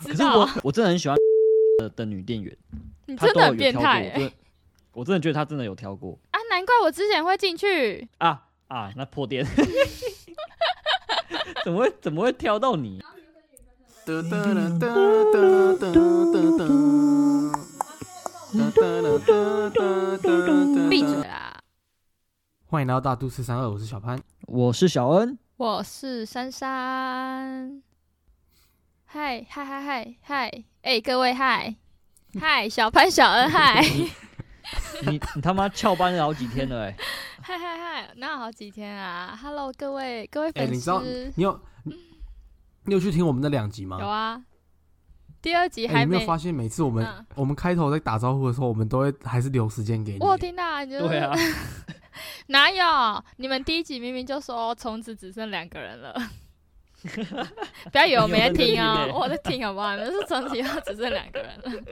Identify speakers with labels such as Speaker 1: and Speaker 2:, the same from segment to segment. Speaker 1: 知
Speaker 2: 可是
Speaker 1: 道
Speaker 2: 我， 我真的很喜欢的的女店员，
Speaker 1: 你
Speaker 2: 她
Speaker 1: 真
Speaker 2: 都
Speaker 1: 的
Speaker 2: 有
Speaker 1: 很
Speaker 2: 挑
Speaker 1: 变
Speaker 2: 过，
Speaker 1: 态、
Speaker 2: 我真
Speaker 1: 欸、
Speaker 2: 的我真的觉得她真的有挑过
Speaker 1: 啊！难怪我之前会进去，
Speaker 2: 啊啊，那破店， 怎么会怎么会挑到你？啊
Speaker 3: 哒哒哒哒哒哒哒哒。嗯
Speaker 1: 闭嘴啦！
Speaker 3: 欢迎来到大都市三二，我是小潘。
Speaker 2: 我是小恩，
Speaker 1: 我是珊珊，嗨嗨嗨嗨嗨，哎、各位嗨嗨，小潘小恩 嗨
Speaker 2: 你你他妈翘班了好几天了哎、
Speaker 1: 嗨嗨嗨，哪有好几天啊？Hello，各位各位
Speaker 3: 哎、
Speaker 1: 粉
Speaker 3: 你知
Speaker 1: 丝、
Speaker 3: 道你有你你有去听我们的两集吗？
Speaker 1: 有啊，第二集
Speaker 3: 哎、
Speaker 1: 还
Speaker 3: 你没
Speaker 1: 没，
Speaker 3: 有发现每次我们、
Speaker 1: 嗯
Speaker 3: 我们开头在打招呼的时候，我们都会还是留时间给你。
Speaker 1: 我有听到啊，你就是
Speaker 2: 对啊，
Speaker 1: 哪有？你们第一集明明就说从此只剩两个人 了，不要以为我没在听
Speaker 2: 你有认真
Speaker 1: 哦
Speaker 2: 听，欸
Speaker 1: 我在听好不好？你们是从此以后只剩两 个人了，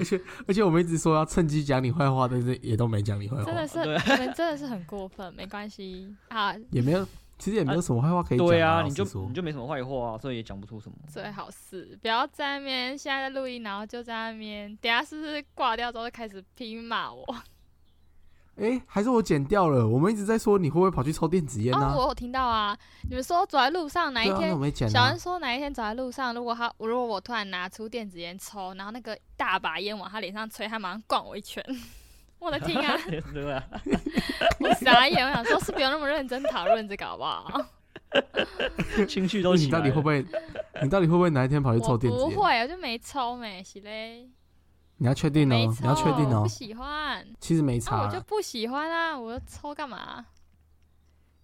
Speaker 3: 而且而且我们一直说要趁机讲你坏话，但是也都没讲你坏话，
Speaker 1: 真的是
Speaker 2: 对
Speaker 1: 你们真的是很过分，没关系啊，
Speaker 3: 也没有，其实也没有什么坏话可以讲、
Speaker 2: 对啊，
Speaker 3: 老
Speaker 2: 你
Speaker 3: 实
Speaker 2: 就
Speaker 3: 说
Speaker 2: 你就没什么坏话啊，所以也讲不出什么。
Speaker 1: 最好是不要在那边现在在录音，然后就在那边，等下是不是挂掉之后就开始拼骂我？
Speaker 3: 哎、还是我剪掉了。我们一直在说你会不会跑去抽电子烟呢、
Speaker 1: 哦，我有听到啊，你们说走在路上哪一
Speaker 3: 对啊，
Speaker 1: 天
Speaker 3: 那我没剪、
Speaker 1: 小
Speaker 3: 啊
Speaker 1: 恩。说哪一天走在路上，如果他如果我突然拿出电子烟抽，然后那个大把烟往他脸上吹，他马上灌我一拳。 我的天啊！
Speaker 2: 对啊，
Speaker 1: 我傻眼，我想说是不用那么认真讨论这个好不好？
Speaker 2: 情绪
Speaker 3: 那
Speaker 2: 都起
Speaker 3: 你
Speaker 2: 来
Speaker 3: 到
Speaker 2: 了。
Speaker 3: 底会不会？你到底会不会哪一天跑去抽
Speaker 1: 我
Speaker 3: 电子
Speaker 1: 不
Speaker 3: 烟？
Speaker 1: 会，我就没抽没洗嘞，
Speaker 3: 你要确定
Speaker 1: 没
Speaker 3: 哦
Speaker 1: 抽，，
Speaker 3: 你要确定
Speaker 1: 我
Speaker 3: 哦
Speaker 1: 不。喜欢，
Speaker 3: 其实没
Speaker 1: 那、
Speaker 3: 差
Speaker 1: 我就
Speaker 3: 啦，
Speaker 1: 不喜欢啊！我抽干嘛？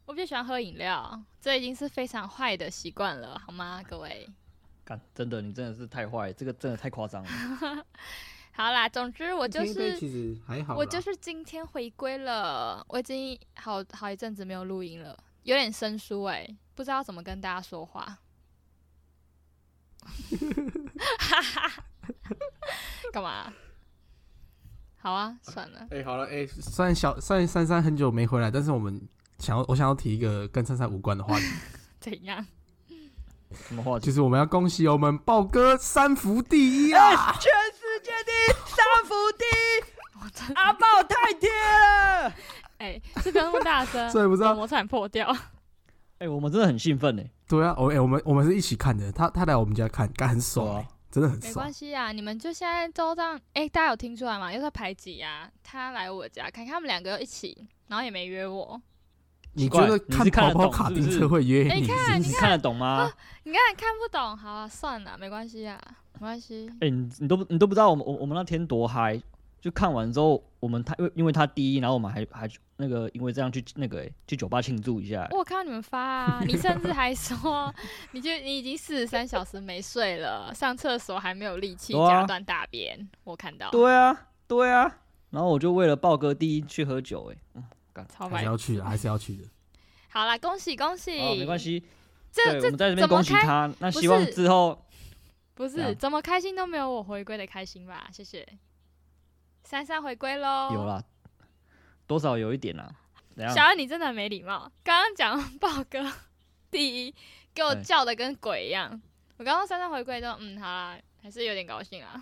Speaker 1: 我比较喜欢喝饮料，这已经是非常坏的习惯了，好吗，各位？
Speaker 2: 干？真的，你真的是太坏，这个真的太夸张了。
Speaker 1: 好啦，总之我就
Speaker 3: 一杯
Speaker 1: 是
Speaker 3: 其实还好啦。
Speaker 1: 我就是今天回归了，我已经好好一阵子没有录音了，有点生疏哎、不知道怎么跟大家说话。 干嘛？啊好啊，算了。
Speaker 3: 哎、好了，哎、虽然小虽然珊珊很久没回来，但是我们想要我想要提一个跟珊珊无关的 话题，
Speaker 1: 怎样？
Speaker 2: 什么话题？
Speaker 3: 就是我们要恭喜我们豹哥三福第一啊！
Speaker 2: 全世界第三伏地，阿豹太贴了。
Speaker 1: 哎、是不要那么大声，
Speaker 3: 所以不知道
Speaker 1: 哎我摩擦破掉。
Speaker 2: 哎、我们真的很兴奋呢、
Speaker 3: 对啊，我、哎，我们我们是一起看的，他他来我们家看，感很爽、
Speaker 2: 对啊
Speaker 3: 哎真的很
Speaker 1: 没
Speaker 3: 爽
Speaker 1: 关。系啊，你们就现在都这样。哎、大家有听出来吗？又在排挤啊！他来我家看，看他们两个一起，然后也没约我。
Speaker 3: 你
Speaker 2: 奇
Speaker 3: 觉
Speaker 2: 怪
Speaker 3: 得
Speaker 2: 你是
Speaker 3: 看
Speaker 2: 看
Speaker 3: 跑
Speaker 2: 得
Speaker 3: 跑
Speaker 2: 懂
Speaker 3: 卡
Speaker 2: 是不
Speaker 3: 丁
Speaker 2: 是
Speaker 3: 车会约
Speaker 1: 哎
Speaker 3: 你？
Speaker 1: 看啊
Speaker 3: 是不
Speaker 1: 你
Speaker 3: 是
Speaker 2: 看得懂吗？
Speaker 1: 你看看不懂，好啊，算了，没关系啊，没关系。
Speaker 2: 哎、你你都不你都不知道我们我我们那天多嗨，就看完之后，我们他因为因为他第一，然后我们还还去那个因为这样去那个、欸、去酒吧庆祝一下、欸。
Speaker 1: 我有看到你们发啊，你甚至还说，你就你已经四十三小时没睡了，上厕所还没有力气
Speaker 2: 对啊
Speaker 1: 夹断大便，我看到，
Speaker 2: 对啊，对啊。然后我就为了豹哥第一去喝酒、欸，哎，
Speaker 1: 超
Speaker 3: 还
Speaker 1: 白
Speaker 3: 是
Speaker 1: 痴。
Speaker 3: 要去的，还是要去的。
Speaker 1: 好啦，恭喜恭喜，
Speaker 2: 哦好，没关，系。
Speaker 1: 这
Speaker 2: 对，我
Speaker 1: 这
Speaker 2: 们在这边
Speaker 1: 怎么
Speaker 2: 恭喜
Speaker 1: 开
Speaker 2: 他。那
Speaker 1: 不
Speaker 2: 希望
Speaker 1: 是
Speaker 2: 之后
Speaker 1: 不
Speaker 2: 怎
Speaker 1: 是
Speaker 2: 样
Speaker 1: 怎么开心都没有我回归的开心吧？谢谢，珊珊回归喽，
Speaker 2: 有啦，多少有一点啦。怎样？
Speaker 1: 小安，你真的很没礼貌。刚刚讲豹哥第一，给我
Speaker 2: 对
Speaker 1: 叫的跟鬼一样。我刚刚珊珊回归之后，嗯，好啦，还是有点高兴啊。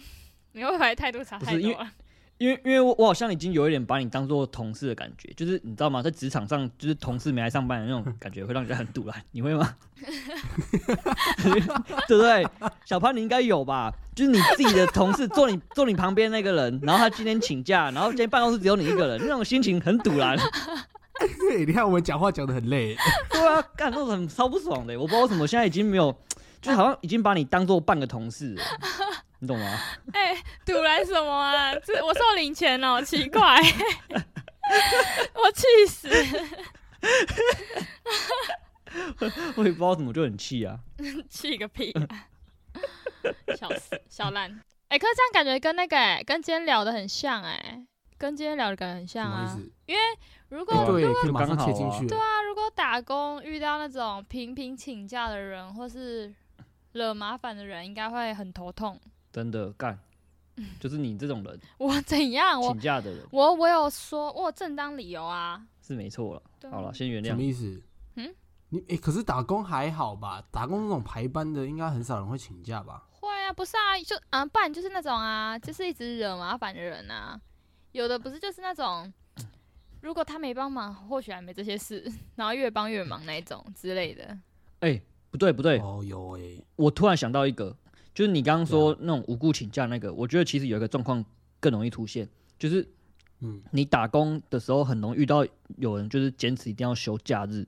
Speaker 1: 你会不会态度差
Speaker 2: 不
Speaker 1: 太
Speaker 2: 是因
Speaker 1: 多啊
Speaker 2: 为
Speaker 1: 了？
Speaker 2: 因为因为我我好像已经有一点把你当做同事的感觉，就是你知道吗？在职场上，就是同事没来上班的那种感觉，会让人家很堵然，你会吗？ 对不对？小潘，你应该有吧？就是你自己的同事坐你坐你旁边那个人，然后他今天请假，然后今天办公室只有你一个人，那种心情很堵然。
Speaker 3: 嘿你看我们讲话讲的很累，欸
Speaker 2: 对啊，干那种很超不爽的，欸我不知道为什么现在已经没有，就是好像已经把你当做半个同事了，你懂吗？
Speaker 1: 哎、堵拦什么啊？这我收零钱 哦，奇怪，我气死！
Speaker 2: 我也不知道怎么就很气啊。
Speaker 1: 气个屁、啊！笑死，笑烂。哎、可是这样感觉跟那个、哎，跟今天聊的很像哎、跟今天聊的感觉很
Speaker 3: 什
Speaker 1: 像
Speaker 3: 么
Speaker 1: 啊
Speaker 3: 意。思？
Speaker 1: 如果、
Speaker 3: 哎、对，
Speaker 2: 就
Speaker 3: 可以马上
Speaker 2: 刚好
Speaker 3: 切进
Speaker 2: 啊
Speaker 3: 去了。
Speaker 1: 那如果打工遇到那种频频请假的人，或是惹麻烦的人，应该会很头痛。
Speaker 2: 真的干，就是你这种人，
Speaker 1: 我怎样？我
Speaker 2: 请假的人
Speaker 1: 我我有说，我有正当理由啊。
Speaker 2: 是没错了。
Speaker 1: 对啊
Speaker 2: 好了，先原
Speaker 3: 什么
Speaker 2: 谅。
Speaker 3: 意思？
Speaker 1: 嗯，
Speaker 3: 你哎、可是打工还好吧？打工那种排班的，应该很少人会请假吧？
Speaker 1: 会啊，不是啊，就啊，不然就是那种啊，就是一直惹麻烦的人啊。有的不是就是那种，如果他没帮忙，或许还没这些事， 然后越帮越忙那一种之类的。
Speaker 2: 哎、不对不对，
Speaker 3: 哦有诶、
Speaker 2: 我突然想到一个，就是你刚刚
Speaker 3: 对
Speaker 2: 说那种无故请假那个，我觉得其实有一个状况更容易出现，就是
Speaker 3: 嗯，
Speaker 2: 你打工的时候很容易遇到有人就是坚持一定要休假日，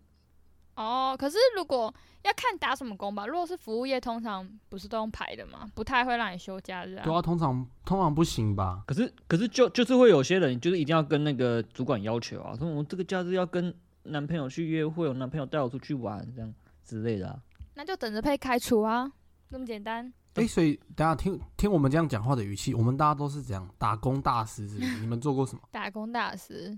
Speaker 1: 哦，可是如果要看打什么工吧，如果是服务业，通常不是都用排的嘛，不太会让你休假日啊
Speaker 3: 对。啊，通常通常不行吧？
Speaker 2: 可是可是就就是会有些人就是一定要跟那个主管要求啊，说我这个假日要跟男朋友去约会，我男朋友带我出去玩这样之类的、啊。
Speaker 1: 那就等着被开除啊，那么简单。
Speaker 3: 哎、所以大家听听我们这样讲话的语气，我们大家都是这样打工大师是不 是你们做过什么？
Speaker 1: 打工大师，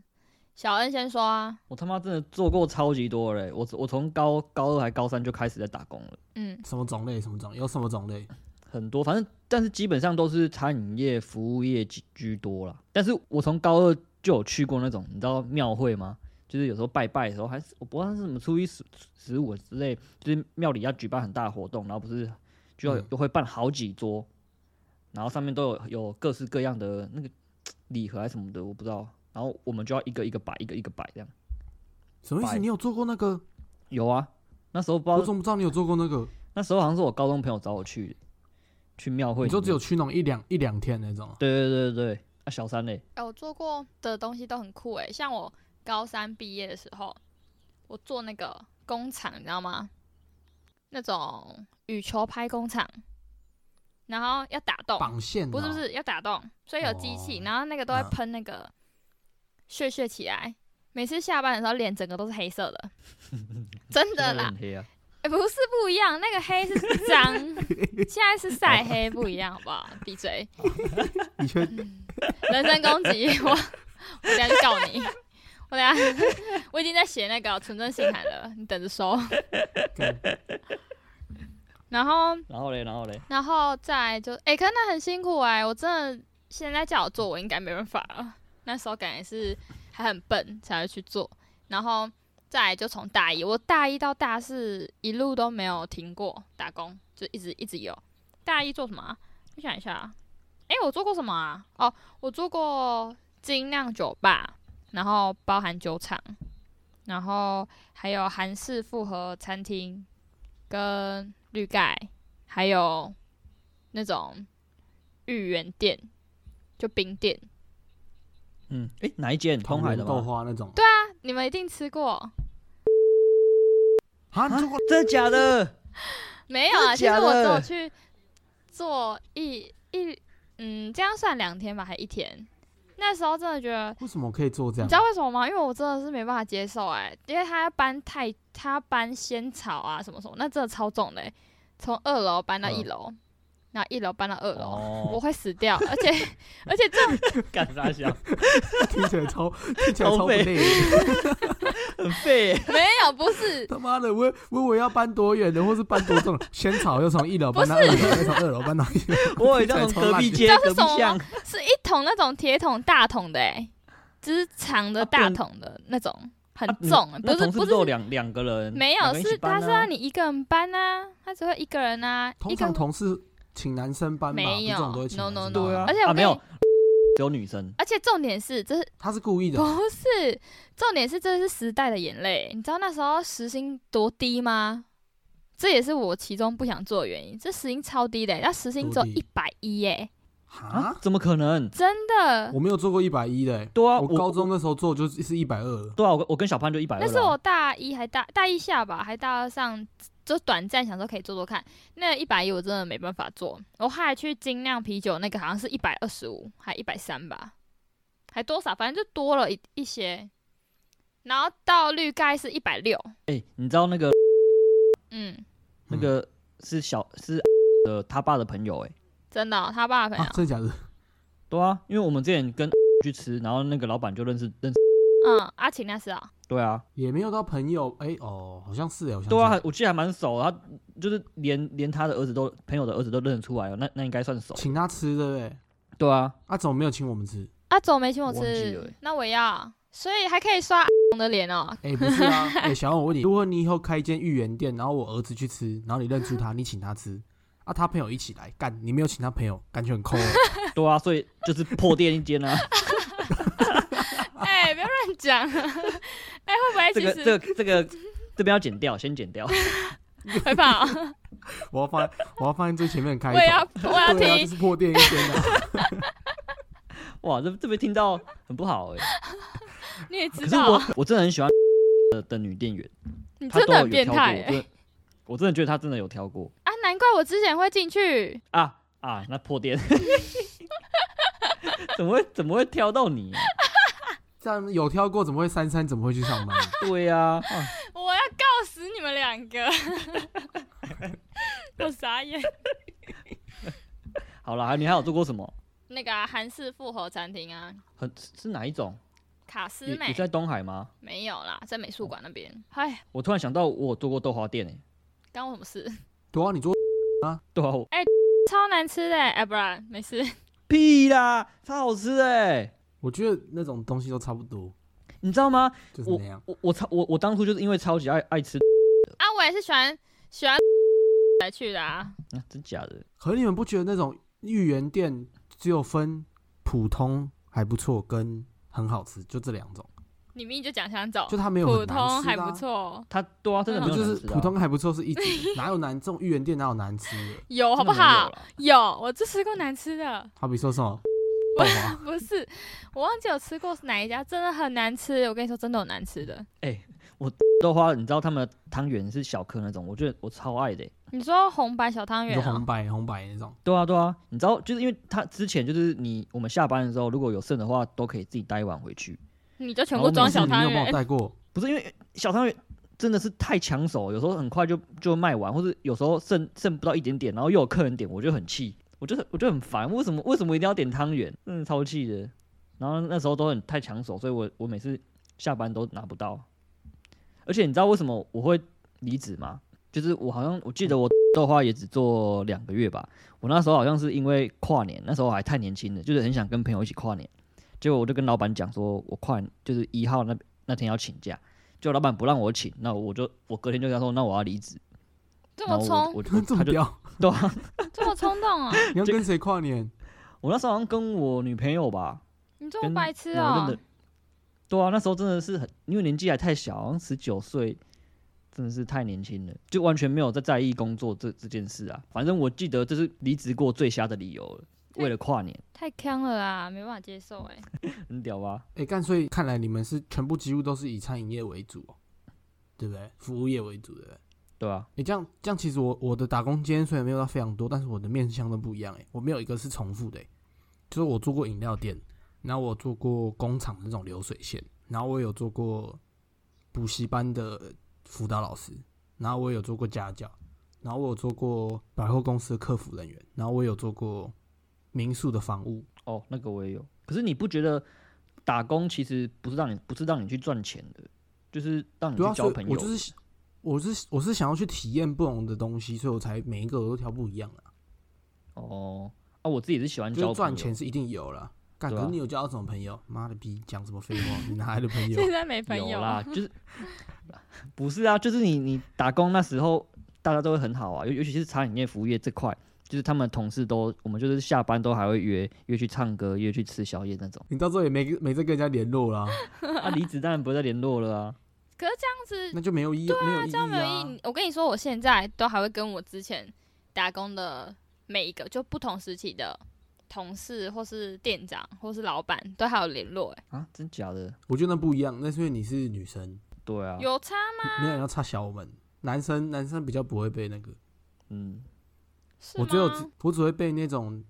Speaker 1: 小恩先说啊，
Speaker 2: 我他妈真的做过超级多嘞、我我从高高二还高三就开始在打工了，
Speaker 1: 嗯，
Speaker 3: 什么种类？什么种？有什么种类？
Speaker 2: 很多，反正但是基本上都是餐饮业、服务业居居多啦。但是我从高二就有去过那种，你知道庙会吗？就是有时候拜拜的时候，还是我不知道是什么初一十十五之类，就是庙里要举办很大的活动，然后不是就要
Speaker 3: 嗯
Speaker 2: 就会办好几桌，然后上面都有有各式各样的那个礼盒还是什么的，我不知道。然后我们就要一个一个摆，一个一个摆这样。
Speaker 3: 什么意
Speaker 2: 白
Speaker 3: 思？你有做过那个？
Speaker 2: 有啊，那时候不
Speaker 3: 我
Speaker 2: 知道，
Speaker 3: 怎么知道你有做过那个？
Speaker 2: 那时候好像是我高中朋友找我去去庙会
Speaker 3: 你
Speaker 2: 里面，
Speaker 3: 就只有去那种一两一两天那种啊？
Speaker 2: 对对对对对，啊小三嘞。
Speaker 1: 哎、我做过的东西都很酷哎、像我高三毕业的时候，我做那个工厂，你知道吗？那种羽球拍工厂，然后要打洞，
Speaker 3: 绑线的
Speaker 1: 不是
Speaker 3: 啊
Speaker 1: 不是要打洞，所以有机器，
Speaker 3: 哦
Speaker 1: 然后那个都会
Speaker 3: 嗯
Speaker 1: 喷那个屑屑起来。每次下班的时候，脸整个都是黑色 的，真的啦
Speaker 2: 很，黑啊。
Speaker 1: 哎、不是不一样，那个黑是脏，现在是晒黑不一样，好不好？闭嘴！
Speaker 3: 你确
Speaker 1: 人身攻击，我我等下去告你。我等下 我已经在写那个纯正信函了，你等着收。
Speaker 3: 干
Speaker 1: 然后，
Speaker 2: 然后嘞，然后嘞，
Speaker 1: 然后再来就，哎、可是那很辛苦哎、我真的现在叫我做，我应该没办法了。 那时候感觉是还很笨才会去做，然后再来就从大一，我大一到大四一路都没有停过打工，就一直一直有。大一做什么、啊？我想一下、啊，哎、我做过什么啊？哦，我做过精酿酒吧，然后包含酒厂，然后还有韩式复合餐厅，跟绿盖，还有那种芋圆店，就冰店。
Speaker 2: 嗯，哎、哪一间？ 通海的
Speaker 3: 豆
Speaker 2: 吗？
Speaker 3: 花那
Speaker 1: 啊
Speaker 3: 种？对啊
Speaker 1: 你们一定吃过，
Speaker 3: 啊，你做过
Speaker 2: 真的假的？
Speaker 1: 没有啊？其
Speaker 2: 真的
Speaker 1: 实
Speaker 2: 假
Speaker 1: 我只有
Speaker 2: 的
Speaker 1: 去做一一嗯，这样算两天吧，还一天。那时候真的觉得，
Speaker 3: 为什么可以做这
Speaker 1: 你
Speaker 3: 样
Speaker 1: 知？道为什么吗？因为我真的是没办法接受哎、因为他要搬太，他要搬仙草啊什么什么，那真的超重的、欸，从二楼搬到一
Speaker 2: 嗯
Speaker 1: 楼，然后一楼搬到二楼，我
Speaker 2: 哦，
Speaker 1: 会死掉，而且 而且这
Speaker 2: 干啥笑？
Speaker 3: 听起来超听起来超
Speaker 2: 超
Speaker 3: 不
Speaker 2: 废
Speaker 3: 累的。
Speaker 2: 很废 耶。
Speaker 1: 没有不是
Speaker 3: 他妈的，我我我要搬多远的，或是搬多重 的？仙草又从一楼搬到二楼，再从二楼搬到一 楼。
Speaker 2: 我有像从隔壁街、隔
Speaker 1: 知
Speaker 2: 壁
Speaker 1: 道是什么
Speaker 2: 巷
Speaker 1: 吗，是一桶那种铁桶大桶的、欸，就是长的
Speaker 2: 啊不然
Speaker 1: 大桶的那种，很
Speaker 2: 啊你
Speaker 1: 重，
Speaker 2: 那
Speaker 1: 不是
Speaker 2: 同事
Speaker 1: 不
Speaker 2: 不
Speaker 1: 是
Speaker 2: 是有两两个人？
Speaker 1: 没
Speaker 2: 两
Speaker 1: 有，
Speaker 2: 个人一
Speaker 1: 是
Speaker 2: 起搬
Speaker 1: 他
Speaker 2: 啊
Speaker 1: 是让你一个人搬啊，他只会一个人啊，一
Speaker 3: 通
Speaker 1: 个
Speaker 3: 常同事请男生搬吧，
Speaker 1: 没有
Speaker 3: 不是这种都会请
Speaker 1: no,
Speaker 3: 男生
Speaker 1: no,
Speaker 3: 搬
Speaker 1: no
Speaker 2: 对啊，
Speaker 1: 而且我
Speaker 2: 啊
Speaker 1: 跟
Speaker 2: 没有
Speaker 1: 你，
Speaker 2: 只有女生。
Speaker 1: 而且重点是，这是
Speaker 3: 他是故意
Speaker 2: 哦
Speaker 3: 的。
Speaker 1: 不是重点是这是时代的眼泪，你知道那时候时薪多低吗？这也是我其中不想做的原因，这时薪超低的、欸，那时薪只
Speaker 3: 多
Speaker 1: 有
Speaker 3: 低
Speaker 1: 一百一耶，
Speaker 2: 啊
Speaker 3: 哈？，
Speaker 2: 怎么可能？
Speaker 1: 真的。
Speaker 3: 我没有做过一百一的、欸，
Speaker 2: 对啊，
Speaker 3: 我高中那时候做就是一百二了。
Speaker 2: 对啊，我我跟小潘就一百二。
Speaker 1: 那是我大一还大大一下吧，还大二上，就短暂想说可以做做看。那一百一我真的没办法做，我后来去精酿啤酒那个好像是一百二十五，还一百三吧，还多少，反正就多了一一些。然后到绿盖是一百六，
Speaker 2: 哎、你知道那个
Speaker 1: 嗯，
Speaker 2: 那个是小是的他爸的朋友哎、
Speaker 1: 真的哦、他爸的朋
Speaker 3: 啊
Speaker 1: 友，，
Speaker 3: 真的假的？
Speaker 2: 对啊，因为我们之前跟去吃，然后那个老板就认识认识。
Speaker 1: 嗯，阿晴那时候，
Speaker 2: 对啊，
Speaker 3: 也没有到朋友，哎、哦，好像是哎、我想
Speaker 2: 对啊
Speaker 3: 起来，
Speaker 2: 我记得还蛮熟的，他就是连连他的儿子都朋友的儿子都认得出来哦，那那应该算熟。
Speaker 3: 请他吃的哎、
Speaker 2: 对啊，
Speaker 3: 啊，怎么没有请我们吃？
Speaker 1: 阿总啊没请我
Speaker 2: 忘记了
Speaker 1: 吃
Speaker 2: 欸，
Speaker 1: 那我要，所以还可以刷阿的脸哦，
Speaker 3: 哎、不 是啊，哎、小王，我问你，如果你以后开一间芋圆店，然后我儿子去吃，然后你认出他，你请他吃，啊，啊，他朋友一起来干，你没有请他朋友，感觉很抠欸。
Speaker 2: 对啊，所以就是破店一 间啊。
Speaker 1: 哎、不要乱讲， 哎、会不会
Speaker 2: 这
Speaker 1: 其
Speaker 2: 个这
Speaker 1: 实
Speaker 2: 个这个这边要剪掉，先 剪掉。
Speaker 1: 会跑？
Speaker 3: 我要放在，我要放在最前面的开
Speaker 1: 我也要
Speaker 3: 头。
Speaker 1: 我也要
Speaker 3: 对啊，就
Speaker 1: 听，
Speaker 3: 是破店一间啊。
Speaker 2: 哇，这这边听到很不好哎、
Speaker 1: 你也知
Speaker 2: 可是
Speaker 1: 道
Speaker 2: 我
Speaker 1: 啊，
Speaker 2: 我真的很喜欢的的女店员，
Speaker 1: 你
Speaker 2: 她
Speaker 1: 真
Speaker 2: 都
Speaker 1: 的
Speaker 2: 有
Speaker 1: 很变
Speaker 2: 挑过，我
Speaker 1: 态、欸、
Speaker 2: 真的我真的觉得她真的有挑过
Speaker 1: 啊！难怪我之前会进去，
Speaker 2: 啊啊！那破店 怎么会怎么会挑到你、啊？
Speaker 3: 这样有挑过，怎么会三三怎么会去上班？
Speaker 2: 对呀、啊，哇
Speaker 1: 我要告死你们两 个！我傻眼。
Speaker 2: 好啦，你还有做过什么？
Speaker 1: 那个啊韩、式复合餐厅啊，
Speaker 2: 很是是哪一种？
Speaker 1: 卡斯
Speaker 2: 也
Speaker 1: 美
Speaker 2: 也在哦东海吗？
Speaker 1: 没有啦，在美术馆那边。哎，
Speaker 2: 我突然想到，我有做过豆花店欸诶、
Speaker 1: 干我什么事？
Speaker 3: 对啊，你做
Speaker 2: 对啊，我
Speaker 1: 超难吃的、欸，哎、不然没事。
Speaker 2: 屁啦，超好吃欸诶、
Speaker 3: 我觉得那种东西都差不多，
Speaker 2: 你知道吗？
Speaker 3: 就是那样。
Speaker 2: 我我超我我当初就是因为超级爱爱吃、
Speaker 1: 啊，我也是喜欢喜欢才去的啊。
Speaker 2: 啊，真假的？
Speaker 3: 可你们不觉得那种芋圆店只有分普通还不错跟很好吃，就这两种，
Speaker 1: 你明明就讲想走
Speaker 3: 就，它没有
Speaker 1: 普
Speaker 3: 很难
Speaker 1: 通
Speaker 3: 吃的
Speaker 1: 还
Speaker 3: 啊
Speaker 1: 不。错，
Speaker 2: 它对啊，真的没
Speaker 3: 就
Speaker 2: 有
Speaker 3: 就是
Speaker 2: 难吃啊
Speaker 3: 普通还不错是 一直的，哪有难这种芋圆店哪有难吃的？
Speaker 1: 有哦好不
Speaker 2: 真的没有
Speaker 1: 好？
Speaker 2: 啦
Speaker 1: 有，我就吃过难吃的。
Speaker 3: 好比说 什么啊
Speaker 1: 我
Speaker 3: 豆花，
Speaker 1: 不是，我忘记有吃过哪一家，真的很难吃。我跟你说，真的有难吃的。
Speaker 2: 豆花，你知道他们的汤圆是小颗那种，我觉得我超爱的欸、
Speaker 1: 你说红白小汤
Speaker 3: 你
Speaker 1: 圆、
Speaker 3: 说
Speaker 1: 哦
Speaker 3: 红白红白那种，
Speaker 2: 对啊，对啊，你知道，就是因为他之前就是你我们下班的时候，如果有剩的话，都可以自己带一碗回去。
Speaker 1: 你就全部装
Speaker 3: 但是
Speaker 1: 小
Speaker 3: 你没
Speaker 1: 汤
Speaker 3: 有帮我
Speaker 1: 圆，哎
Speaker 3: 带过，
Speaker 2: 不是因为小汤圆真的是太抢手，有时候很快就就卖完，或者有时候剩剩不到一点点，然后又有客人点，我就很气，我就我就很烦，为什么为什么一定要点汤圆？真的超气的。然后那时候都很太抢手，所以我我每次下班都拿不到。而且你知道为什么我会离职吗？就是我好像我记得我豆花也只做两个月吧，我那时候好像是因为跨年，那时候我还太年轻了，就是很想跟朋友一起跨年，结果我就跟老板讲说，我跨年就是一号那那天要请假，就老板不让我请，那我就我隔天就跟他说，那我要离职。
Speaker 1: 这
Speaker 2: 然
Speaker 1: 么
Speaker 2: 后
Speaker 1: 冲，
Speaker 2: 我就我
Speaker 3: 这
Speaker 2: 就
Speaker 3: 么
Speaker 2: 他就
Speaker 3: 屌？
Speaker 2: 对啊，
Speaker 1: 这么冲动啊！
Speaker 3: 你要
Speaker 2: 这
Speaker 3: 跟谁跨年？
Speaker 2: 我那时候好像跟我女朋友吧，
Speaker 1: 你这么
Speaker 2: 跟
Speaker 1: 白痴
Speaker 2: 某
Speaker 1: 哦、
Speaker 2: 任的对啊，那时候真的是很，因为年纪还太小，好像十九岁，真的是太年轻了，就完全没有在在意工作这这件事啊。反正我记得这是离职过最瞎的理由了，为了跨年，
Speaker 1: 太坑了啦，没办法接受哎、
Speaker 2: 很屌吧？
Speaker 3: 哎，干，所以看来你们是全部几乎都是以餐饮业为主哦，对不对？服务业为主，对不对？
Speaker 2: 对啊，
Speaker 3: 你这样这样，其实我我的打工经验虽然没有到非常多，但是我的面向都不一样诶、我没有一个是重复的、欸，就是我做过饮料店，然后我做过工厂的那种流水线，然后我有做过补习班的辅导老师，然后我有做过家教，然后我有做过百货公司的客服人员，然后我有做过民宿的房务，
Speaker 2: 哦，那个我也有。可是你不觉得打工其实不是让你不是让你去赚钱的，就是让你
Speaker 3: 对啊，
Speaker 2: 嗯去交
Speaker 3: 所
Speaker 2: 朋
Speaker 3: 以
Speaker 2: 友
Speaker 3: 我。就是我是我是想要去体验不同的东西，所以我才每一个我都挑不一样啊，
Speaker 2: 哦，啊，我自己是喜欢
Speaker 3: 就
Speaker 2: 交
Speaker 3: 是赚
Speaker 2: 朋
Speaker 3: 钱
Speaker 2: 友。
Speaker 3: 是一定有了。干，
Speaker 2: 对啊
Speaker 3: 可是你有交到什么朋友？妈的逼，讲什么废话？你哪来的朋友？
Speaker 1: 现在没朋友
Speaker 2: 有啦，就是 不是啊？就是你你打工那时候，大家都会很好啊，尤尤其是餐饮业、服务业这块，就是他们同事都，我们就是下班都还会约约去唱歌、约去吃宵夜那 种。
Speaker 3: 你到时候也没没再跟人家联络啦，
Speaker 2: 啊，离职当然不会再联络了啊。
Speaker 1: 可是这样子
Speaker 3: 那就没有意义，没有意义
Speaker 1: 没有意
Speaker 3: 啊。
Speaker 1: 义。我跟你说，我现在都还会跟我之前打工的每一个，就不同时期的同事，或是店长，或是老板，都还有联络、欸。
Speaker 2: 啊，真假的？
Speaker 3: 我觉得那不一样，那是因为你是女生，
Speaker 2: 对啊，
Speaker 1: 欸有差吗？
Speaker 3: 没有人要差小我们。男生男生比较不会被那个，
Speaker 2: 嗯，
Speaker 1: 是
Speaker 3: 我只有
Speaker 1: 吗
Speaker 3: 只我只会被那种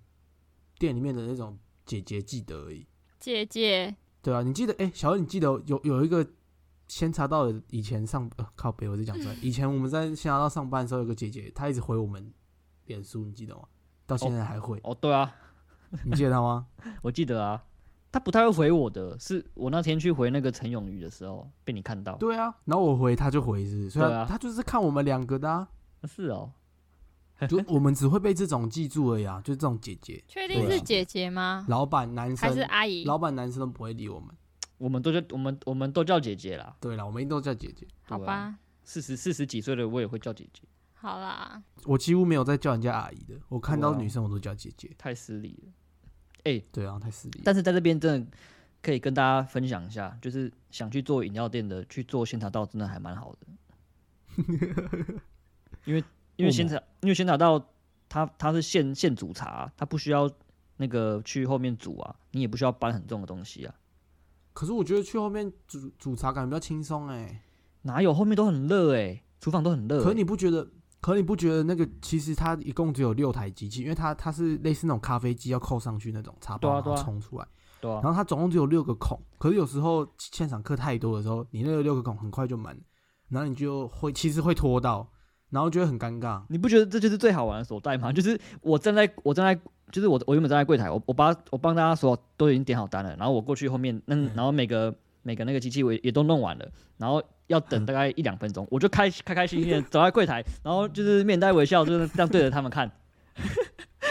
Speaker 3: 店里面的那种姐姐记得而已。
Speaker 1: 姐姐，
Speaker 3: 对啊，你记得哎、小恩，你记得有有一个先查到的以前上、呃、靠北，我在讲出来。以前我们在先查到上班的时候，有个姐姐，她一直回我们脸书，你记得吗？到现在还会，
Speaker 2: 哦， 对啊，
Speaker 3: 你记得她吗？
Speaker 2: 我记得啊，他不太会回我的，是我那天去回那个陈永宇的时候被你看到。
Speaker 3: 对啊，然后我回她就回是不是，所以
Speaker 2: 对
Speaker 3: 她
Speaker 2: 啊
Speaker 3: 她就是看我们两个的、啊，
Speaker 2: 是哦，
Speaker 3: 就我们只会被这种记住而已啊，就这种姐姐、
Speaker 1: 确定
Speaker 2: 对啊
Speaker 1: 是姐姐吗？
Speaker 3: 老板、男
Speaker 1: 还
Speaker 3: 生
Speaker 1: 是、阿姨？
Speaker 3: 老板、男生都不会理我们。
Speaker 2: 我们都叫我们我们都叫姐姐啦。
Speaker 3: 对了，我们一定都叫姐姐。
Speaker 1: 好
Speaker 2: 对啊
Speaker 1: 吧，
Speaker 2: 四十四十几岁的我也会叫姐姐。
Speaker 1: 好啦，
Speaker 3: 我几乎没有在叫人家阿姨的，我看到
Speaker 2: 哇
Speaker 3: 女生我都叫姐姐。
Speaker 2: 太失礼了。
Speaker 3: 对啊，太势利。
Speaker 2: 但是在这边真的可以跟大家分享一下，就是想去做饮料店的，去做仙茶道真的还蛮好的，因为因为
Speaker 3: 为
Speaker 2: 仙
Speaker 3: 什
Speaker 2: 茶因为仙茶道它它是现现煮茶啊、它不需要那个去后面煮啊，你也不需要搬很重的东西啊，
Speaker 3: 可是我觉得去后面煮煮茶感觉比较轻松哎。
Speaker 2: 哪有后面都很热哎、厨房都很热、
Speaker 3: 可
Speaker 2: 欸，
Speaker 3: 你不觉得？可你不觉得那个其实它一共只有六台机器，因为它它是类似那种咖啡机要扣上去那种茶包，
Speaker 2: 对啊
Speaker 3: 然后
Speaker 2: 对啊
Speaker 3: 冲出来，
Speaker 2: 对啊
Speaker 3: 然，后它总共只有六个孔。可是有时候现场课太多的时候，你那个六个孔很快就满，然后你就会其实会拖到，然后就会很尴尬。
Speaker 2: 你不觉得这就是最好玩的所在吗？ 就是我站在我站在，就是我我原本站在柜台，我我把我帮大家所有都已经点好单了，然后我过去后面那、然后每个每个那个机器我也也都弄完了，然后要等大概一两分钟，我就开开开心心的 走在柜台，然后就是面带微笑，就是这样对着他们看，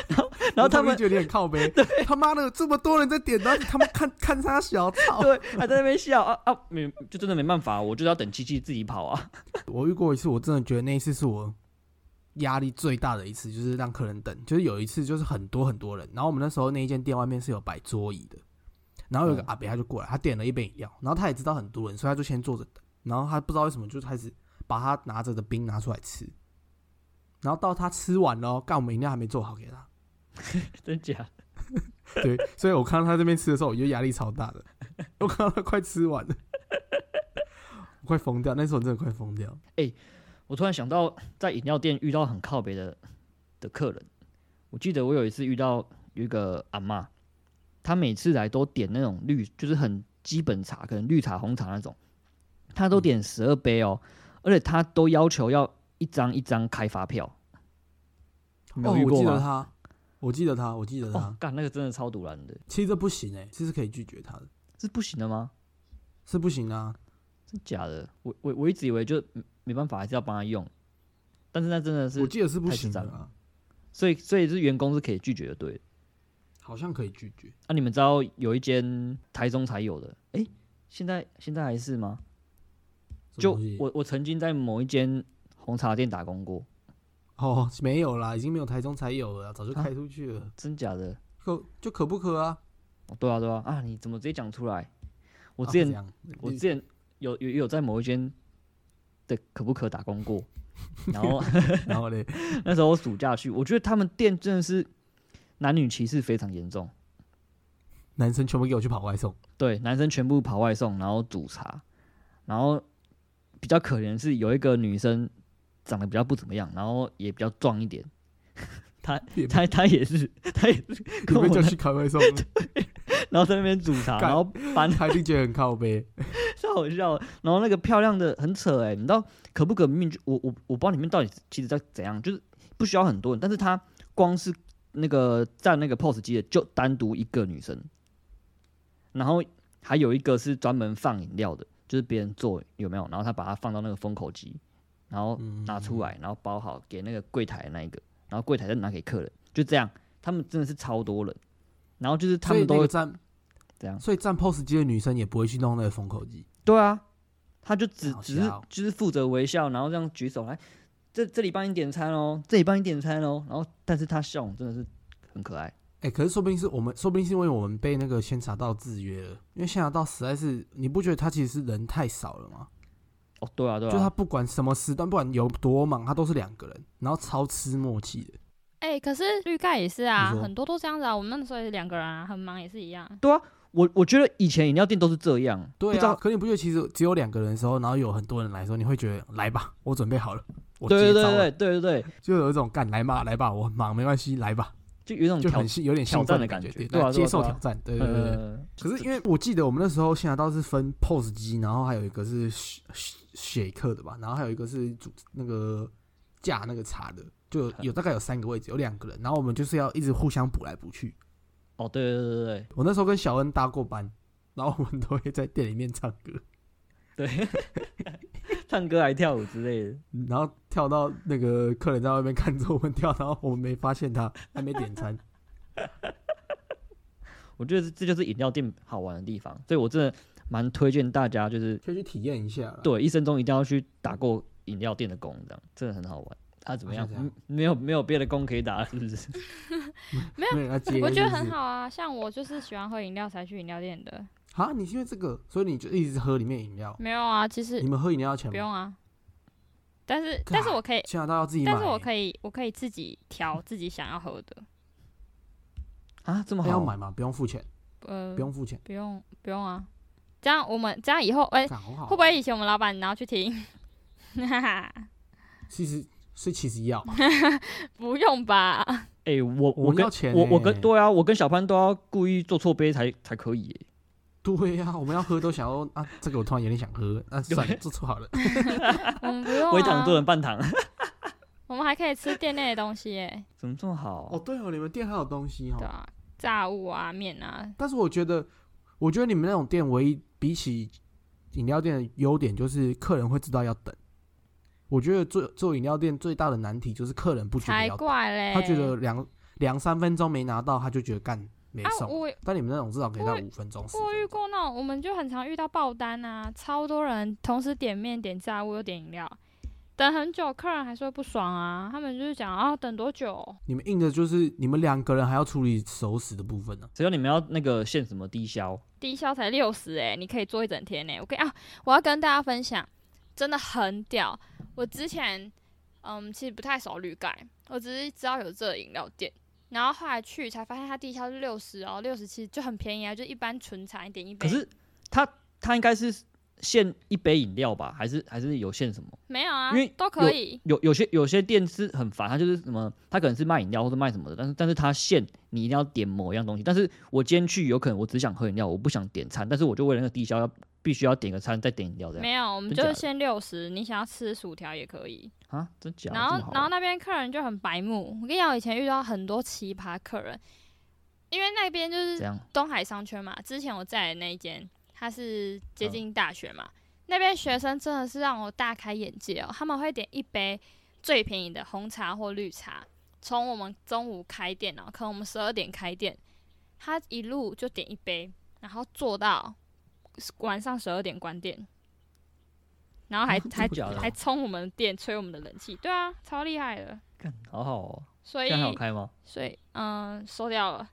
Speaker 2: 然后然后他
Speaker 3: 我
Speaker 2: 们
Speaker 3: 终于觉得你很 靠背，他妈的这么多人在点，然后他们看看他小操。
Speaker 2: 对还在那边笑啊啊，没就真的没办法，我就是要等机器自己跑啊，
Speaker 3: 我遇过一次，我真的觉得那一次是我压力最大的一次，就是让客人等。就是有一次，就是很多很多人，然后我们那时候那一间店外面是有摆桌椅的，然后有一个
Speaker 2: 嗯
Speaker 3: 阿伯他就过来，他点了一杯饮料，然后他也知道很多人，所以他就先坐着等。然后他不知道为什么就开始把他拿着的冰拿出来吃，然后到他吃完了哦，干我们饮料还没做好给他，
Speaker 2: 真假？
Speaker 3: 对，所以我看到他这边吃的时候，我就压力超大的。我看到他快吃完了，我快疯掉。那时候我真的快疯掉。
Speaker 2: 我突然想到，在饮料店遇到很靠北的的客人。我记得我有一次遇到有一个阿嬷，她每次来都点那种绿，就是很基本茶，可能绿茶、红茶那种，她都点十二杯哦，而且她都要求要一张一张开发票。你没
Speaker 3: 哦，
Speaker 2: 有遇
Speaker 3: 我
Speaker 2: 过
Speaker 3: 记得
Speaker 2: 吗？
Speaker 3: 他，我记得他，我记得他。
Speaker 2: 哦，干、那个真的超堵然的，
Speaker 3: 其实这不行哎、其实可以拒绝他的，
Speaker 2: 是不行的吗？
Speaker 3: 是不行啊。
Speaker 2: 真假的？我我我一直以为就没没办法，还是要帮他用，但是那真的
Speaker 3: 我
Speaker 2: 是，
Speaker 3: 记得是不行的
Speaker 2: 太智障
Speaker 3: 啊，
Speaker 2: 所以所以是员工是可以拒绝的，对了。
Speaker 3: 好像可以拒绝。
Speaker 2: 啊，你们知道有一间台中才有的，诶，现在现在还是吗？
Speaker 3: 什
Speaker 2: 就
Speaker 3: 么东西
Speaker 2: 我我曾经在某一间红茶店打工过，
Speaker 3: 哦，没有啦，已经没有台中才有了啊，早就
Speaker 2: 啊
Speaker 3: 开出去了。
Speaker 2: 真假的？
Speaker 3: 可就可不可啊？
Speaker 2: 哦对啊对啊啊！你怎么直接讲出来？我
Speaker 3: 啊
Speaker 2: 之前、
Speaker 3: 这样
Speaker 2: 我
Speaker 3: 你
Speaker 2: 之前有有有在某一间的可不可打工过，然后
Speaker 3: 然后嘞，
Speaker 2: 那时候暑假去，我觉得他们店真的是男女歧视非常严重，
Speaker 3: 男生全部给我去跑外 送。
Speaker 2: 对，男生全部跑外送，然后煮茶，然后比较可怜是有一个女生长得比较不怎么样，然后也比较壮一点，她
Speaker 3: 也
Speaker 2: 她她也是她也是跟
Speaker 3: 你
Speaker 2: 我
Speaker 3: 被叫
Speaker 2: 们，
Speaker 3: 去开外 送，
Speaker 2: 然后在那边煮茶，
Speaker 3: 干
Speaker 2: 然后搬
Speaker 3: 他一定觉得很靠背。
Speaker 2: 太好 笑了。然后那个漂亮的很扯哎、你知道可不可命就我我我不知道里面到底其实在怎样，就是不需要很多人，但是她光是那个站那个 POS 机的就单独一个女生，然后还有一个是专门放饮料的，就是别人做有没有，然后她把它放到那个封口机，然后
Speaker 3: 嗯
Speaker 2: 拿出来，然后包好给那个柜台的那一个，然后柜台再拿给客人，就这样。他们真的是超多人，然后就是他
Speaker 3: 所以
Speaker 2: 们都
Speaker 3: 那
Speaker 2: 会
Speaker 3: 个站
Speaker 2: 怎样。
Speaker 3: 所以站 POS 机的女生也不会去弄那个封口机，
Speaker 2: 对啊，他就只
Speaker 3: 好
Speaker 2: 只是
Speaker 3: 笑哦
Speaker 2: 就是负责微笑，然后这样举手来，这这里帮你点餐哦，这里帮你点餐哦，然后但是他笑容真的是很可爱，
Speaker 3: 哎、可是说不定是我们，说不定是因为我们被那个仙茶道制约了，因为仙茶道实在是，你不觉得他其实是人太少了吗？
Speaker 2: 哦，对啊对
Speaker 3: 就他
Speaker 2: 啊，
Speaker 3: 不管什么时段，不管有多忙，他都是两个人，然后超吃默契的。
Speaker 1: 哎、可是绿盖也是啊，
Speaker 3: 你说
Speaker 1: 很多都这样子啊。我们那时候也是两个人啊，很忙也是一样。
Speaker 2: 我我觉得以前饮料店都是这样，不
Speaker 3: 对
Speaker 2: 知
Speaker 3: 啊，
Speaker 2: 道
Speaker 3: 可你不觉得其实只有两个人的时候，然后有很多人来的时候，你会觉得来吧，我准备好了，我
Speaker 2: 对对
Speaker 3: 接
Speaker 2: 对
Speaker 3: 招了，
Speaker 2: 对对对对，
Speaker 3: 就有一种干来吧来吧，我很忙没关系，来吧，
Speaker 2: 就有一种
Speaker 3: 就
Speaker 2: 挑
Speaker 3: 很兴有点
Speaker 2: 挑
Speaker 3: 兴
Speaker 2: 战
Speaker 3: 奋
Speaker 2: 的
Speaker 3: 感
Speaker 2: 感觉
Speaker 3: 对，
Speaker 2: 对啊对啊
Speaker 3: 接受
Speaker 2: 对啊
Speaker 3: 挑战，对对对对。
Speaker 2: 呃，
Speaker 3: 可是因为我记得我们那时候现在倒是分 POS 机，然后还有一个是雪雪克的吧，然后还有一个是煮那个架那个茶的，就有有大概有三个位置，有两个人，然后我们就是要一直互相补来补去。
Speaker 2: 哦对对对对对。
Speaker 3: 我那时候跟小恩搭过班，然后我们都会在店里面唱歌，
Speaker 2: 对， 唱歌还跳舞之类的，
Speaker 3: 然后跳到那个客人在外面看着我们跳，然后我们没发现他还没点餐。
Speaker 2: 我觉得这就是饮料店好玩的地方，所以我真的蛮推荐大家，就是
Speaker 3: 可以去体验一下啦。
Speaker 2: 对一生中一定要去打过饮料店的工，这样真的很好玩。啊怎么
Speaker 3: 好
Speaker 2: 样
Speaker 3: 像这样？
Speaker 2: 嗯没有没有别的工可以打了，是不是？
Speaker 3: 没有人来接，
Speaker 1: 我觉得
Speaker 3: 是不
Speaker 1: 很
Speaker 3: 是
Speaker 1: 好啊，像我就是喜欢喝饮料才去饮料店的。
Speaker 3: 啊！你是因为这个，所以你就一直喝里面饮料。
Speaker 1: 没有啊，其实
Speaker 3: 你们喝饮料要钱
Speaker 1: 不
Speaker 3: 吗？
Speaker 1: 用啊。但是但是我可以，
Speaker 3: 加拿大要自己买欸，
Speaker 1: 但是我可以，我可以自己调自己想要喝的。
Speaker 2: 啊，这么
Speaker 1: 哦
Speaker 3: 那
Speaker 2: 好
Speaker 3: 哎要买吗？不用付钱，
Speaker 1: 呃，
Speaker 3: 不用付钱，
Speaker 1: 不用不用啊。这样我们这样以后，哎、
Speaker 3: 干好好哦。
Speaker 1: 会不会以前我们老板然后去听？ 哈哈，
Speaker 3: 其实是其实 要，
Speaker 1: 不用吧？
Speaker 2: 哎、我
Speaker 3: 我
Speaker 2: 我跟
Speaker 3: 要钱
Speaker 2: 我我
Speaker 3: 欸
Speaker 2: 跟对啊，我跟小潘都要故意做错杯才才可以欸耶、
Speaker 3: 对呀、我们要喝都想要啊，这个我突然有点想喝，那算了，做错 好了。
Speaker 1: 我们不用、
Speaker 2: 微糖做
Speaker 1: 啊。
Speaker 2: 成半糖，
Speaker 1: 我们还可以吃店内的东西耶、
Speaker 2: 怎么这么好？
Speaker 3: 哦，对哦，你们店还有东西
Speaker 1: 对
Speaker 3: 哦。
Speaker 1: 啊，炸物啊，面啊，
Speaker 3: 但是我觉得，我觉得你们那种店唯一比起饮料店的优点就是客人会知道要等。我觉得做做饮料店最大的难题就是客人不觉得
Speaker 1: 才
Speaker 3: 要等，
Speaker 1: 怪嘞！
Speaker 3: 他觉得两两三分钟没拿到，他就觉得干没
Speaker 1: 啊，
Speaker 3: 送。
Speaker 1: 我
Speaker 3: 但你们那种至少可以到五分钟。10
Speaker 1: 我遇
Speaker 3: 分钟
Speaker 1: 过那种，我们就很常遇到爆单啊，超多人同时点面、点炸物又点饮料，等很久，客人还是会不爽啊。他们就是讲啊，等多久？
Speaker 3: 你们硬的就是你们两个人还要处理熟食的部分呢、
Speaker 2: 只要你们要那个限什么低消，
Speaker 1: 低消才六十哎，你可以做一整天呢、我跟啊，我要跟大家分享，真的很屌。我之前嗯，其实不太熟绿盖，我只是知道有这个饮料店，然后后来去才发现它低消是六十哦，六十七就很便宜啊，就一般纯茶一点一
Speaker 2: 可
Speaker 1: 杯。
Speaker 2: 是他他应该是限一杯饮料吧，还是还是有限什么？
Speaker 1: 没有啊
Speaker 2: 因为，
Speaker 1: 都可以。
Speaker 2: 有有些有些店是很烦，他就是什么，他可能是卖饮料或者卖什么的，但是但是他限你一定要点某样东西。但是我今天去，有可能我只想喝饮料，我不想点餐，但是我就为了那个低消要必须要点个餐再点饮料这样
Speaker 1: 没有，我们
Speaker 2: 真假
Speaker 1: 就
Speaker 2: 的
Speaker 1: 是限六十，你想要吃薯条也可以。
Speaker 2: 啊？真假的？
Speaker 1: 然
Speaker 2: 这么
Speaker 1: 后
Speaker 2: 好，
Speaker 1: 然后那边客人就很白目。我跟你讲，我以前遇到很多奇葩客人，因为那边就是
Speaker 2: 这样
Speaker 1: 东海商圈嘛，之前我在的那一间，它是接
Speaker 2: 嗯
Speaker 1: 近大学嘛，那边学生真的是让我大开眼界哦。他们会点一杯最便宜的红茶或绿茶，从我们中午开店哦，可能我们十二点开店，他一路就点一杯，然后做到晚上十二点关店，然后还、还
Speaker 2: 真啊假的
Speaker 1: 还冲我们店吹我们的冷气，对啊，超厉害的。
Speaker 2: 干好好哦，
Speaker 1: 所
Speaker 2: 这
Speaker 1: 以
Speaker 2: 样还有开吗？
Speaker 1: 所以嗯，收掉了。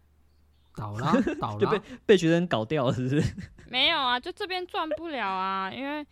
Speaker 3: 倒 啦倒
Speaker 2: 就
Speaker 3: 啦，
Speaker 2: 被学生搞掉了是不是？
Speaker 1: 没有啊，就这边赚不了啊，因为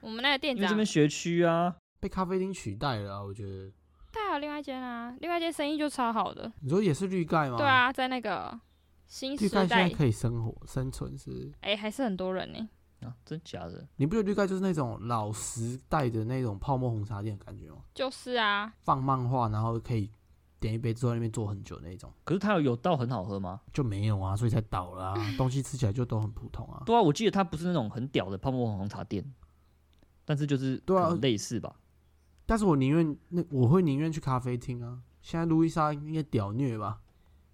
Speaker 1: 我们那个店
Speaker 2: 因为这
Speaker 1: 长
Speaker 2: 边学区啊，
Speaker 3: 被咖啡厅取代了啊、我觉得
Speaker 1: 他还有另外一间啊，另外一间生意就超好的。
Speaker 3: 你说也是绿盖吗？
Speaker 1: 对，啊，在那个新
Speaker 3: 绿
Speaker 1: 时
Speaker 3: 啊盖现
Speaker 1: 代
Speaker 3: 在，可以生活生存是？
Speaker 1: 哎、还是很多人呢、
Speaker 2: 啊，真假的？
Speaker 3: 你不觉得绿盖就是那种老时代的那种泡沫红茶店的感觉吗？
Speaker 1: 就是啊，
Speaker 3: 放漫画，然后可以点一杯，坐在那边坐很久那种，
Speaker 2: 可是它有有到很好喝吗？
Speaker 3: 就没有啊，所以才倒 了啊。东西吃起来就都很普通啊。
Speaker 2: 对啊，我记得它不是那种很屌的泡沫红茶店，但是就是
Speaker 3: 对啊
Speaker 2: 可能类似吧。
Speaker 3: 但是我宁愿那我会宁愿去咖啡厅啊。现在路易莎应该屌虐吧？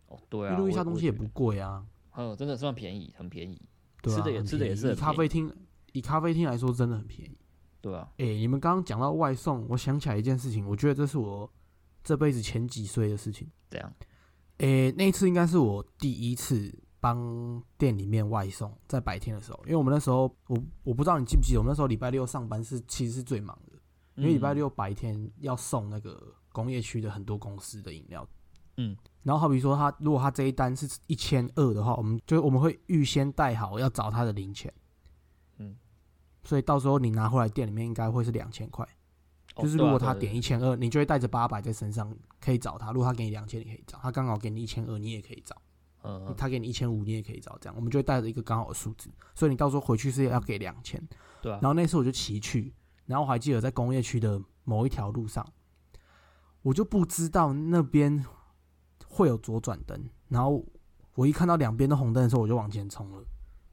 Speaker 2: 哦，对
Speaker 3: 因
Speaker 2: 啊，
Speaker 3: 为路易莎
Speaker 2: 我
Speaker 3: 东西也不，贵啊，
Speaker 2: 我觉得嗯，真的算便宜，很便宜。
Speaker 3: 对啊，
Speaker 2: 吃的也
Speaker 3: 很
Speaker 2: 吃的也
Speaker 3: 便宜
Speaker 2: 是很
Speaker 3: 以咖
Speaker 2: 便
Speaker 3: 啡厅以咖啡厅来说真的很便宜。
Speaker 2: 对啊，
Speaker 3: 哎、你们刚刚讲到外送，我想起来一件事情，我觉得这是我这辈子前几岁的事情。
Speaker 2: 这样
Speaker 3: 诶、那一次应该是我第一次帮店里面外送，在白天的时候，因为我们那时候我我不知道你记不记得，我们那时候礼拜六上班是其实是最忙的，因为礼
Speaker 2: 嗯
Speaker 3: 拜六白天要送那个工业区的很多公司的饮料，
Speaker 2: 嗯，
Speaker 3: 然后好比说他如果他这一单是一千二的话，我们就我们会预先带好要找他的零钱，
Speaker 2: 嗯，
Speaker 3: 所以到时候你拿回来店里面应该会是两千块。
Speaker 2: 哦
Speaker 3: 就是
Speaker 2: 对
Speaker 3: 如
Speaker 2: 啊
Speaker 3: 果
Speaker 2: 对
Speaker 3: 他
Speaker 2: 对
Speaker 3: 点一千二，你就会带着八百在身上，可以找他。如果他给你两千，你可以找他；刚好给你一千二，你也可以找；
Speaker 2: 呃，
Speaker 3: 他给你一千五，你也可以找。这样，我们就会带着一个刚好的数字，所以你到时候回去是要给两千。
Speaker 2: 对啊
Speaker 3: 然，后那次我就骑去，然后我还记得在工业区的某一条路上，我就不知道那边会有左转灯，然后我一看到两边都红灯的时候，我就往前冲了，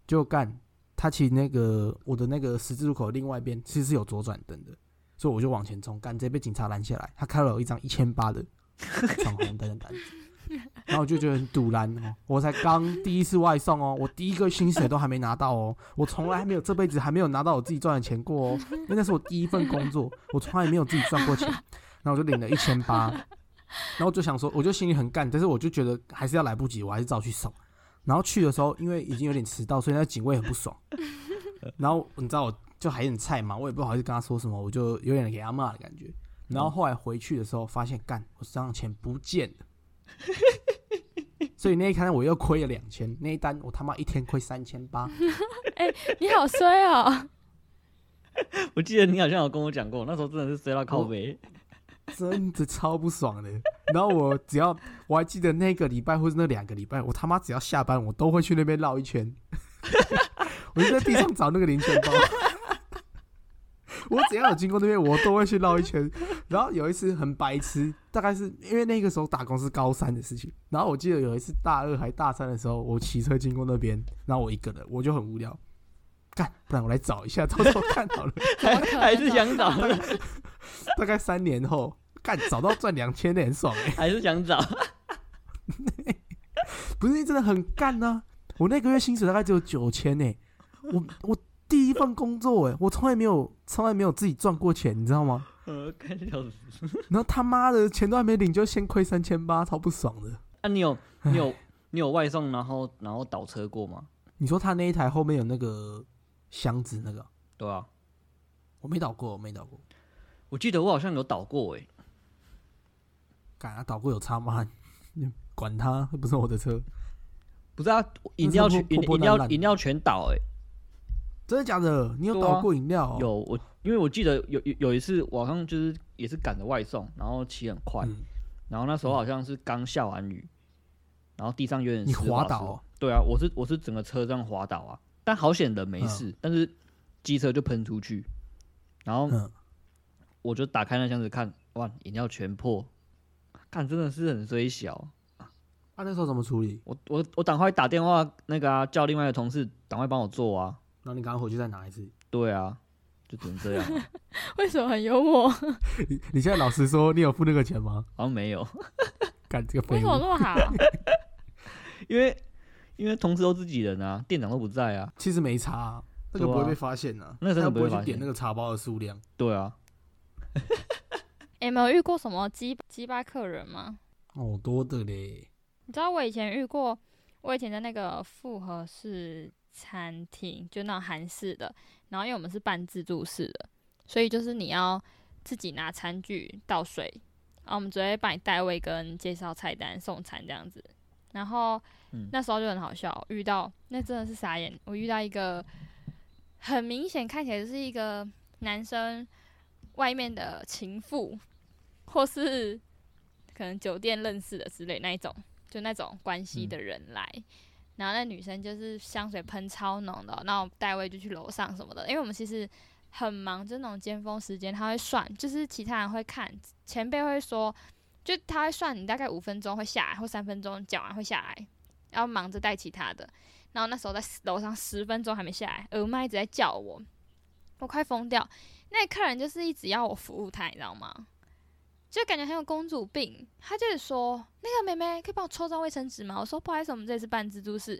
Speaker 3: 就干。他其实那个我的那个十字路口的另外一边其实是有左转灯的，所以我就往前冲，干直接被警察拦下来。他开了我一张一千八的闯红灯的单子，然后我就觉得很堵然哦，我才刚第一次外送哦，我第一个薪水都还没拿到哦，我从来还没有这辈子还没有拿到我自己赚的钱过哦，因为那是我第一份工作，我从来没有自己赚过钱，然后我就领了一千八，然后我就想说，我就心里很干，但是我就觉得还是要来不及，我还是照去送。然后去的时候，因为已经有点迟到，所以那警卫很不爽。然后你知道我就还很菜嘛，我也不好意思跟他说什么，我就有点给他骂的感觉。然后后来回去的时候发现，干，我身上钱不见了，所以那一单我又亏了两千，那一单我他妈一天亏三千八，
Speaker 1: 你好衰哦！
Speaker 2: 我记得你好像有跟我讲过，那时候真的是塞到靠背。
Speaker 3: 真的超不爽的。然后我只要我还记得那个礼拜或是那两个礼拜，我他妈只要下班，我都会去那边绕一圈， 我就在地上找那个零钱包。我只要有经过那边，我都会去绕一圈。然后有一次很白痴，大概是因为那个时候打工是高三的事情。然后我记得有一次大二还大三的时候，我骑车经过那边，然后我一个人，我就很无聊，干，不然我来找一下，到时候看好了。
Speaker 1: 怎么可能
Speaker 2: 还是想找，
Speaker 3: 大概三年后，干找到赚两千的很爽哎、
Speaker 2: 还是想找，
Speaker 3: 不是真的很干呐、我那个月薪水大概只有九千哎，我我第一份工作哎、我从来没有从来没有自己赚过钱，你知道吗？
Speaker 2: 呃，看笑死。
Speaker 3: 然后他妈的钱都还没领就先亏三千八，超不爽的。
Speaker 2: 啊，你有你 有你有外送，然后然后倒车过吗？
Speaker 3: 你说他那一台后面有那个箱子那个，
Speaker 2: 对啊，
Speaker 3: 我没倒过，我没倒过，
Speaker 2: 我记得我好像有倒过诶、欸
Speaker 3: 敢啊倒过有差吗？ 你管他，又不是我的车，
Speaker 2: 不是啊，饮料全饮饮料饮料全倒诶、
Speaker 3: 真的假的？你有
Speaker 2: 对啊
Speaker 3: 倒过饮料、哦？
Speaker 2: 有我，因为我记得有有有一次，我好像就是也是赶着外送，然后骑很快，
Speaker 3: 嗯
Speaker 2: 然后那时候好像是刚下完雨，然后地上有点
Speaker 3: 你
Speaker 2: 湿
Speaker 3: 滑
Speaker 2: 滑
Speaker 3: 倒
Speaker 2: 湿
Speaker 3: 哦
Speaker 2: 对啊，我是我是整个车这样滑倒啊，但好险人没
Speaker 1: 嗯
Speaker 2: 事，但是机车就喷出去，然后
Speaker 3: 嗯
Speaker 2: 我就打开那箱子看，哇，饮料全破，看真的是很衰小。
Speaker 3: 啊，那时候怎么处理？
Speaker 2: 我我我赶快打电话那个啊，叫另外一个同事赶快帮我做啊，
Speaker 3: 然后你赶快回去再拿一次。
Speaker 2: 对啊，就只能这样啊、
Speaker 1: 为什么很幽默？
Speaker 3: 你你现在老实说，你有付那个钱吗？
Speaker 2: 好像没有。
Speaker 3: 干这个
Speaker 1: 为
Speaker 3: 废
Speaker 1: 什
Speaker 3: 物
Speaker 1: 么！那么好？
Speaker 2: 因为因为同事都自己人啊，店长都不在啊，
Speaker 3: 其实没差啊、那个
Speaker 2: 对啊
Speaker 3: 不会被发现呐、啊，
Speaker 2: 那个真的
Speaker 3: 他又
Speaker 2: 不
Speaker 3: 不
Speaker 2: 会
Speaker 3: 会
Speaker 2: 发现
Speaker 3: 去点那个茶包的数量。
Speaker 2: 对啊，
Speaker 1: 你们欸有遇过什么鸡鸡巴客人吗？
Speaker 3: 哦，多的嘞，
Speaker 1: 你知道我以前遇过，我以前在那个复合式餐厅，就那种韩式的，然后因为我们是半自助式的，所以就是你要自己拿餐具倒水，然后我们只会帮你带位跟介绍菜单、送餐这样子。然后、
Speaker 2: 嗯
Speaker 1: 那时候就很好笑，遇到那真的是傻眼，我遇到一个很明显看起来就是一个男生外面的情妇，或是可能酒店认识的之类那一种，就那种关系的人来。然后那女生就是香水喷超浓的哦、那我代位就去楼上什么的，因为我们其实很忙，就那种尖峰时间，他会算，就是其他人会看，前辈会说，就他会算你大概五分钟会下来，或三分钟讲完会下来，然后忙着带其他的。然后那时候在楼上十分钟还没下来，耳麦一直在叫我，我快疯掉。那客人就是一直要我服务他，你知道吗？就感觉很有公主病。他就是说：“那个妹妹可以帮我抽张卫生纸吗？”我说：“不好意思，我们这里是半自助室，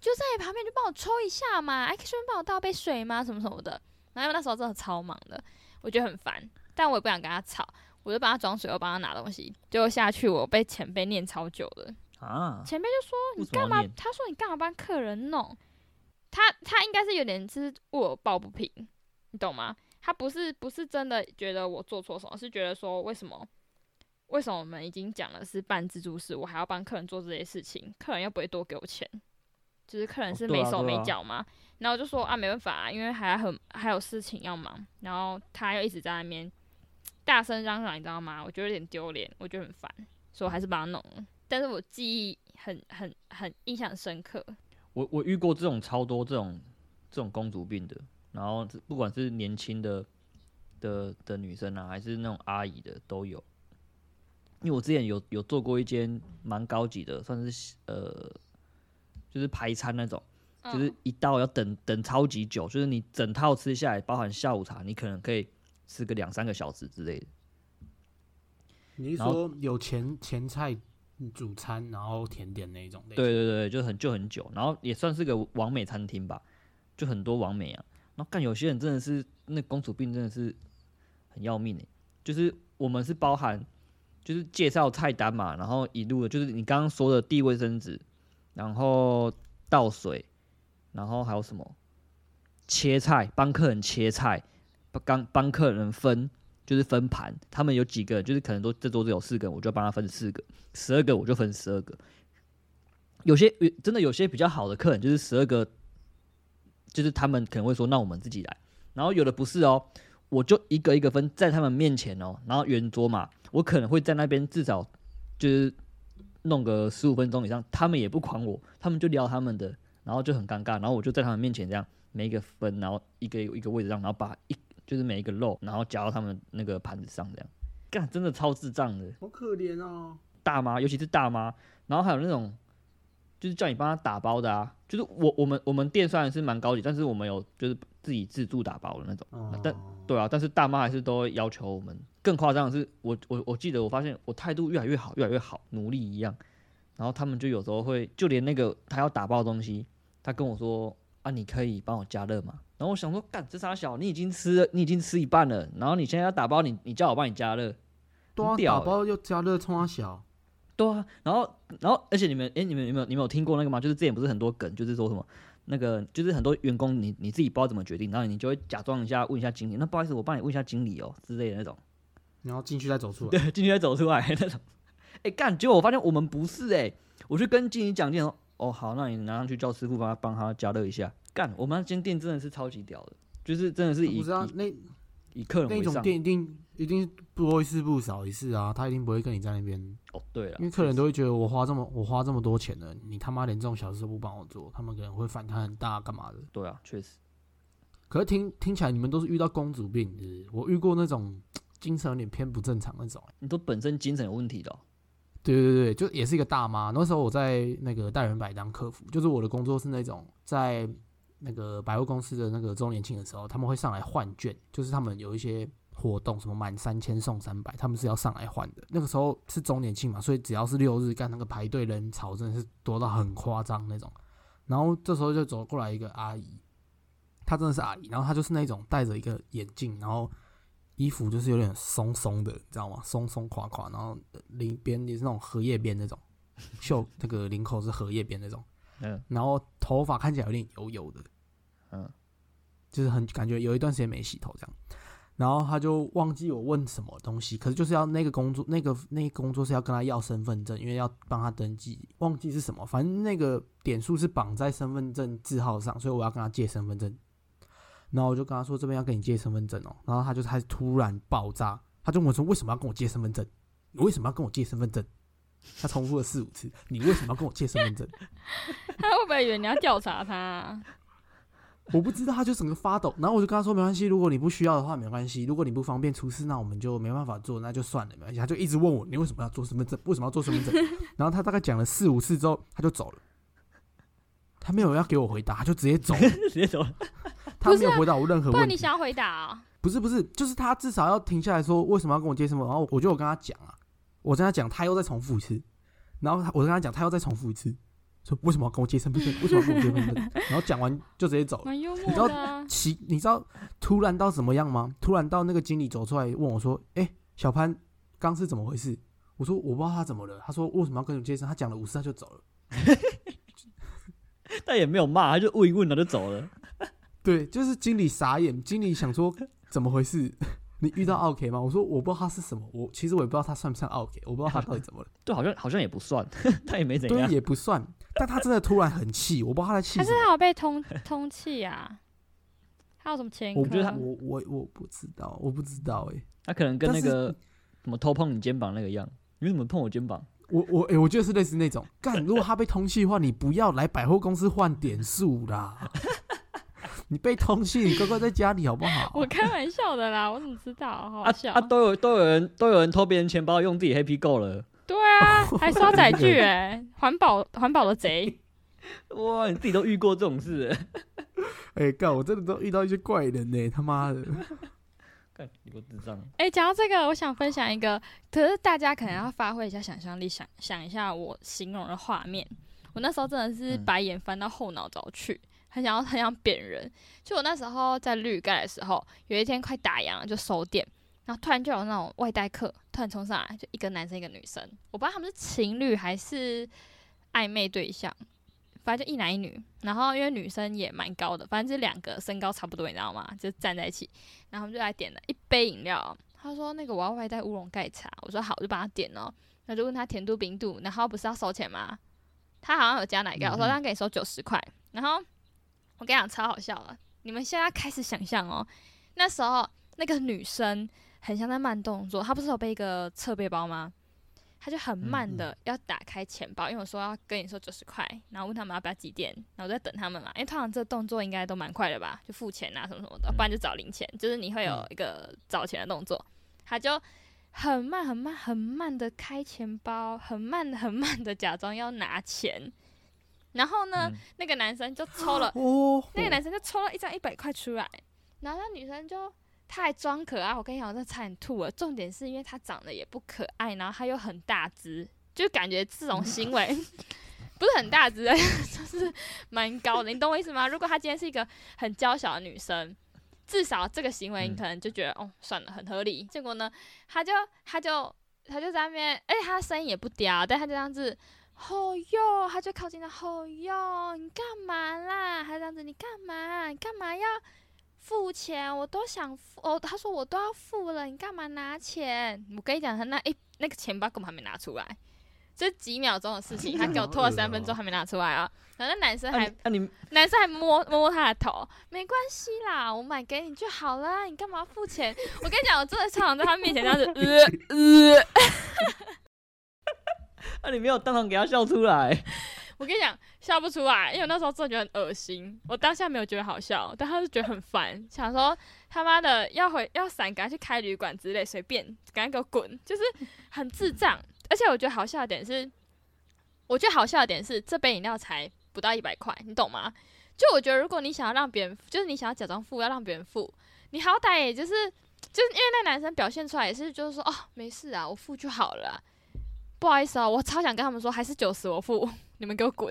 Speaker 1: 就在你旁边，就帮我抽一下嘛。哎，可以顺便帮我倒杯水吗？什么什么的。”然后因为那时候真的超忙的，我觉得很烦，但我也不想跟他吵，我就帮他装水，我帮他拿东西。结果下去，我被前辈念超久了。
Speaker 2: 啊，
Speaker 1: 前辈就说：“
Speaker 2: 为
Speaker 1: 你
Speaker 2: 什么要
Speaker 1: 干嘛
Speaker 2: 念？”
Speaker 1: 他说：“你干嘛帮客人弄？”他他应该是有点是为我抱不平，你懂吗？他不是不是真的觉得我做错什么，是觉得说为什么为什么我们已经讲了是办自助式，我还要帮客人做这些事情，客人又不会多给我钱，就是客人
Speaker 2: 哦
Speaker 1: 是
Speaker 2: 对
Speaker 1: 没
Speaker 2: 啊
Speaker 1: 手
Speaker 2: 对
Speaker 1: 没
Speaker 2: 啊
Speaker 1: 脚嘛。然后我就说啊，没办法、啊，因为还很还有事情要忙。然后他又一直在那边大声嚷嚷，你知道吗？我觉得有点丢脸，我觉得很烦，所以我还是把它弄了。但是我记忆很很很印象深刻，
Speaker 2: 我我遇过这种超多这种这种公主病的，然后是不管是年轻的的的女生啊，还是那种阿姨的都有。因为我之前有有做过一间蛮高级的，算是呃，就是排餐那种，
Speaker 1: 嗯
Speaker 2: 就是一道要等等超级久，就是你整套吃下来，包含下午茶，你可能可以吃个两三个小时之类的。
Speaker 3: 你是
Speaker 2: 然后
Speaker 3: 说有前前菜、主餐，然后甜点那一种类型？
Speaker 2: 对对对，就很就很久，然后也算是个完美餐厅吧，就很多完美啊。然后干有些人真的是那公主病真的是很要命哎、就是我们是包含就是介绍菜单嘛，然后一路的就是你刚刚说的递卫生纸，然后倒水，然后还有什么切菜，帮客人切菜，帮帮帮客人分，就是分盘，他们有几个就是可能都这桌子有四个人，我就帮他分四个，十二个我就分十二个。有些有真的有些比较好的客人就是十二个，就是他们可能会说那我们自己来，然后有的不是哦，我就一个一个分在他们面前哦，然后圆桌嘛，我可能会在那边至少就是弄个十五分钟以上，他们也不管我，他们就聊他们的，然后就很尴尬，然后我就在他们面前这样每一个分，然后一个一个位置上，然后把一就是每一个肉，然后夹到他们那个盘子上这样，干真的超智障的。
Speaker 3: 好可怜哦。
Speaker 2: 大妈，尤其是大妈，然后还有那种就是叫你帮他打包的啊，就是我我们我们店虽然是蛮高级，但是我们有就是自己自助打包的那种，
Speaker 3: 哦
Speaker 2: 但对啊，但是大妈还是都会要求我们。更夸张的是，我我我记得我发现我态度越来越好，越来越好，奴隶一样。然后他们就有时候会，就连那个他要打包的东西，他跟我说啊，你可以帮我加热吗？然后我想说，干这傻小，你已经吃了，你已经吃一半了，然后你现在要打包，你你叫我帮你加热，
Speaker 3: 对啊，
Speaker 2: 很屌
Speaker 3: 打
Speaker 2: 欸
Speaker 3: 包又加热冲啊小，
Speaker 2: 对啊，然后然后而且你们哎，你们有没有你们有听过那个吗？就是之前不是很多梗，就是说什么那个就是很多员工你你自己不知道怎么决定，然后你就会假装一下问一下经理，那不好意思，我帮你问一下经理哦之类的那种，
Speaker 3: 然后进去再走出来。
Speaker 2: 对，进去再走出来那种。哎干，结果我发现我们不是哎，我去跟经理讲电话，哦好，那你拿上去叫师傅帮他帮他加热一下。干，我们那间店真的是超级屌的，就是真的是以
Speaker 3: 不知道
Speaker 2: 以
Speaker 3: 那
Speaker 2: 以客人
Speaker 3: 那
Speaker 2: 为
Speaker 3: 种
Speaker 2: 上。
Speaker 3: 店一定一定多一事不少一事啊，他一定不会跟你在那边，
Speaker 2: 哦对了
Speaker 3: 因，为客人都会觉得我花这么我花这么多钱了，你他妈连这种小事都不帮我做，他们可能会反弹很大干嘛的。
Speaker 2: 对啊，确实。
Speaker 3: 可是听听起来你们都是遇到公主病，是不是我遇过那种精神有点偏不正常那种。
Speaker 2: 你都本身精神有问题的哦、
Speaker 3: 对对对，就也是一个大妈。那时候我在那个大圆百当客服，就是我的工作是那种在那个百货公司的那个周年庆的时候，他们会上来换券，就是他们有一些活动，什么满三千送三百，他们是要上来换的。那个时候是周年庆嘛，所以只要是六日干那个排队人潮真的是多到很夸张那种。然后这时候就走过来一个阿姨，她真的是阿姨，然后她就是那种戴着一个眼镜，然后衣服就是有点松松的，你知道吗？松松垮垮，然后领边也是那种荷叶边那种，袖那个领口是荷叶边那种，
Speaker 2: 嗯，
Speaker 3: 然后头发看起来有点油油的，
Speaker 2: 嗯，
Speaker 3: 就是很感觉有一段时间没洗头这样。然后他就忘记我问什么东西，可是就是要那个工作，那个那个工作是要跟他要身份证，因为要帮他登记，忘记是什么，反正那个点数是绑在身份证字号上，所以我要跟他借身份证。然后我就跟他说这边要跟你借身份证哦，然后他就开始突然爆炸，他就问我说为什么要跟我借身份证？你为什么要跟我借身份证？他重复了四五次，你为什么要跟我借身份证？
Speaker 1: 他会不会以为你要调查他 啊、
Speaker 3: 我不知道，他就整个发抖。然后我就跟他说：“没关系，如果你不需要的话，没关系；如果你不方便出事，那我们就没办法做，那就算了，没关系。”他就一直问我：“你为什么要做身份证？为什么要做身份证？”然后他大概讲了四五次之后，他就走了。他没有要给我回答，他就直接走了。
Speaker 2: 直接走。
Speaker 3: 他没有回答我任何
Speaker 1: 不然
Speaker 3: 问
Speaker 1: 你
Speaker 3: 题。
Speaker 1: 想要回答啊、
Speaker 3: 不是不是，就是他至少要停下来说为什么要跟我接什么，然后我就有跟他讲啊，我跟他讲，他又再重复一次，然后他我跟他讲，他又再重复一次，说为什么要跟我接身份证，为什么要跟我接身份证，然后讲完就直接
Speaker 2: 哦
Speaker 3: 走了。
Speaker 1: 蛮幽默的、啊。
Speaker 3: 奇，你知道突然到什么样吗？突然到那个经理走出来问我说：“哎、小潘，刚是怎么回事？”我说：“我不知道他怎么了。”他说：“为什么要跟你接生？”他讲了五次他就走了。
Speaker 2: 但也没有骂，他就问一问，然后就走了。
Speaker 3: 对，就是经理傻眼，经理想说怎么回事？ 你遇到 OK 吗？我说我不知道他是什么，我其实我也不知道他算不算 OK，我不知道他到底怎么了，
Speaker 2: 对，好像好像也不算， 他也没 怎
Speaker 3: 对，
Speaker 2: 样。
Speaker 3: 也不算。但他真的突然很气，我不知道他在气
Speaker 1: 还
Speaker 3: 什
Speaker 1: 是
Speaker 3: 么。
Speaker 1: 他有被通 通气啊？他有什么前科？
Speaker 2: 我觉得他
Speaker 3: 我我我不知道，我不知道哎、
Speaker 2: 他可能跟那
Speaker 3: 但是
Speaker 2: 个什么偷碰你肩膀那个一样，你怎么碰我肩膀？
Speaker 3: 我我哎、我觉得是类似那种，干，如果他被通气的话，你不要来百货公司换点数啦。 你被通气，你乖乖在家里好不好
Speaker 1: 我？开玩笑的啦，我怎么知道？好好
Speaker 2: 啊
Speaker 1: 笑。
Speaker 2: 啊，都有都有人都有人偷别人钱包，用自己黑皮够了。
Speaker 1: 对啊，还刷载具哎、环保环保的贼。
Speaker 2: 哇，你自己都遇过这种事，
Speaker 3: 哎、干，我真的都遇到一些怪人呢、他妈的！
Speaker 2: 看你个智障。
Speaker 1: 哎、讲到这个，我想分享一个，可是大家可能要发挥一下想象力，想想一下我形容的画面。我那时候真的是
Speaker 2: 嗯
Speaker 1: 白眼翻到后脑勺去，很想要很想扁人。就我那时候在绿盖的时候，有一天快打烊了就收店，然后突然就有那种外带客突然冲上来，就一个男生一个女生，我不知道他们是情侣还是暧昧对象，反正就一男一女。然后因为女生也蛮高的，反正这两个身高差不多，你知道吗？就站在一起，然后他们就来点了一杯饮料，他说那个我要外带乌龙盖茶，我说好，我就帮他点哦。然后就问他甜度、冰度，然后不是要收钱吗？他好像有加奶盖，我说
Speaker 2: 嗯哼
Speaker 1: 他给你收九十块。然后我跟你讲超好笑了，你们现在开始想象哦，那时候那个女生很像在慢动作，她不是有背一个侧背包吗？她就很慢
Speaker 2: 嗯
Speaker 1: 的要打开钱包，因为我说要跟你说九十块，然后问他们要不要几点，然后我在等他们嘛，因为通常这动作应该都蛮快的吧，就付钱啊什么什么的，不然就找零钱，就是你会有
Speaker 2: 嗯
Speaker 1: 一个找钱的动作，她就很慢很慢很慢的开钱包，很慢很慢的假装要拿钱，然后呢，
Speaker 2: 嗯
Speaker 1: 那个男生就抽了
Speaker 3: 哦，
Speaker 1: 那个男生就抽了一张一百块出来，然后那女生就她还装可爱，我跟你讲，我真的差点吐了。重点是因为她长得也不可爱，然后她又很大只，就感觉这种行为不是很大只，就是蛮高的，你懂我意思吗？如果她今天是一个很娇小的女生。至少这个行为，你
Speaker 2: 嗯
Speaker 1: 可能就觉得、哦，算了，很合理。结果呢，她就她就她就在那边，而且她声音也不嗲，但她就这样子，好哟，他就靠近他，好哟，你干嘛啦？他这样子，你干嘛？你干嘛要付钱？我都想付哦。他说我都要付了，你干嘛拿钱？我跟你讲，他那一那个钱包根本还没拿出来， 这几秒钟的事情，他给我拖了三分钟还没拿出来啊。然后那男生
Speaker 2: 那
Speaker 1: 还
Speaker 2: 你那你
Speaker 1: 男生还摸摸摸他的头，没关系啦，我买给你就好啦，你干嘛付钱？我跟你讲，我真的常常在他面前这样子，呃呃。
Speaker 2: 啊那你没有当场给他笑出来，
Speaker 1: 我跟你讲，笑不出来，因为我那时候真的觉得很恶心。我当下没有觉得好笑，但他就觉得很烦，想说他妈的要回要闪，赶快去开旅馆之类，随便，赶快给我滚，就是很智障。而且我觉得好笑的点是，我觉得好笑的点是这杯饮料才不到一百块，你懂吗？就我觉得如果你想要让别人，就是你想要假装付，要让别人付，你好歹也就是就是因为那男生表现出来也是就是说哦没事啊，我付就好了啊、不好意思啊，我超想跟他们说还是九十我付。 你们给我滚！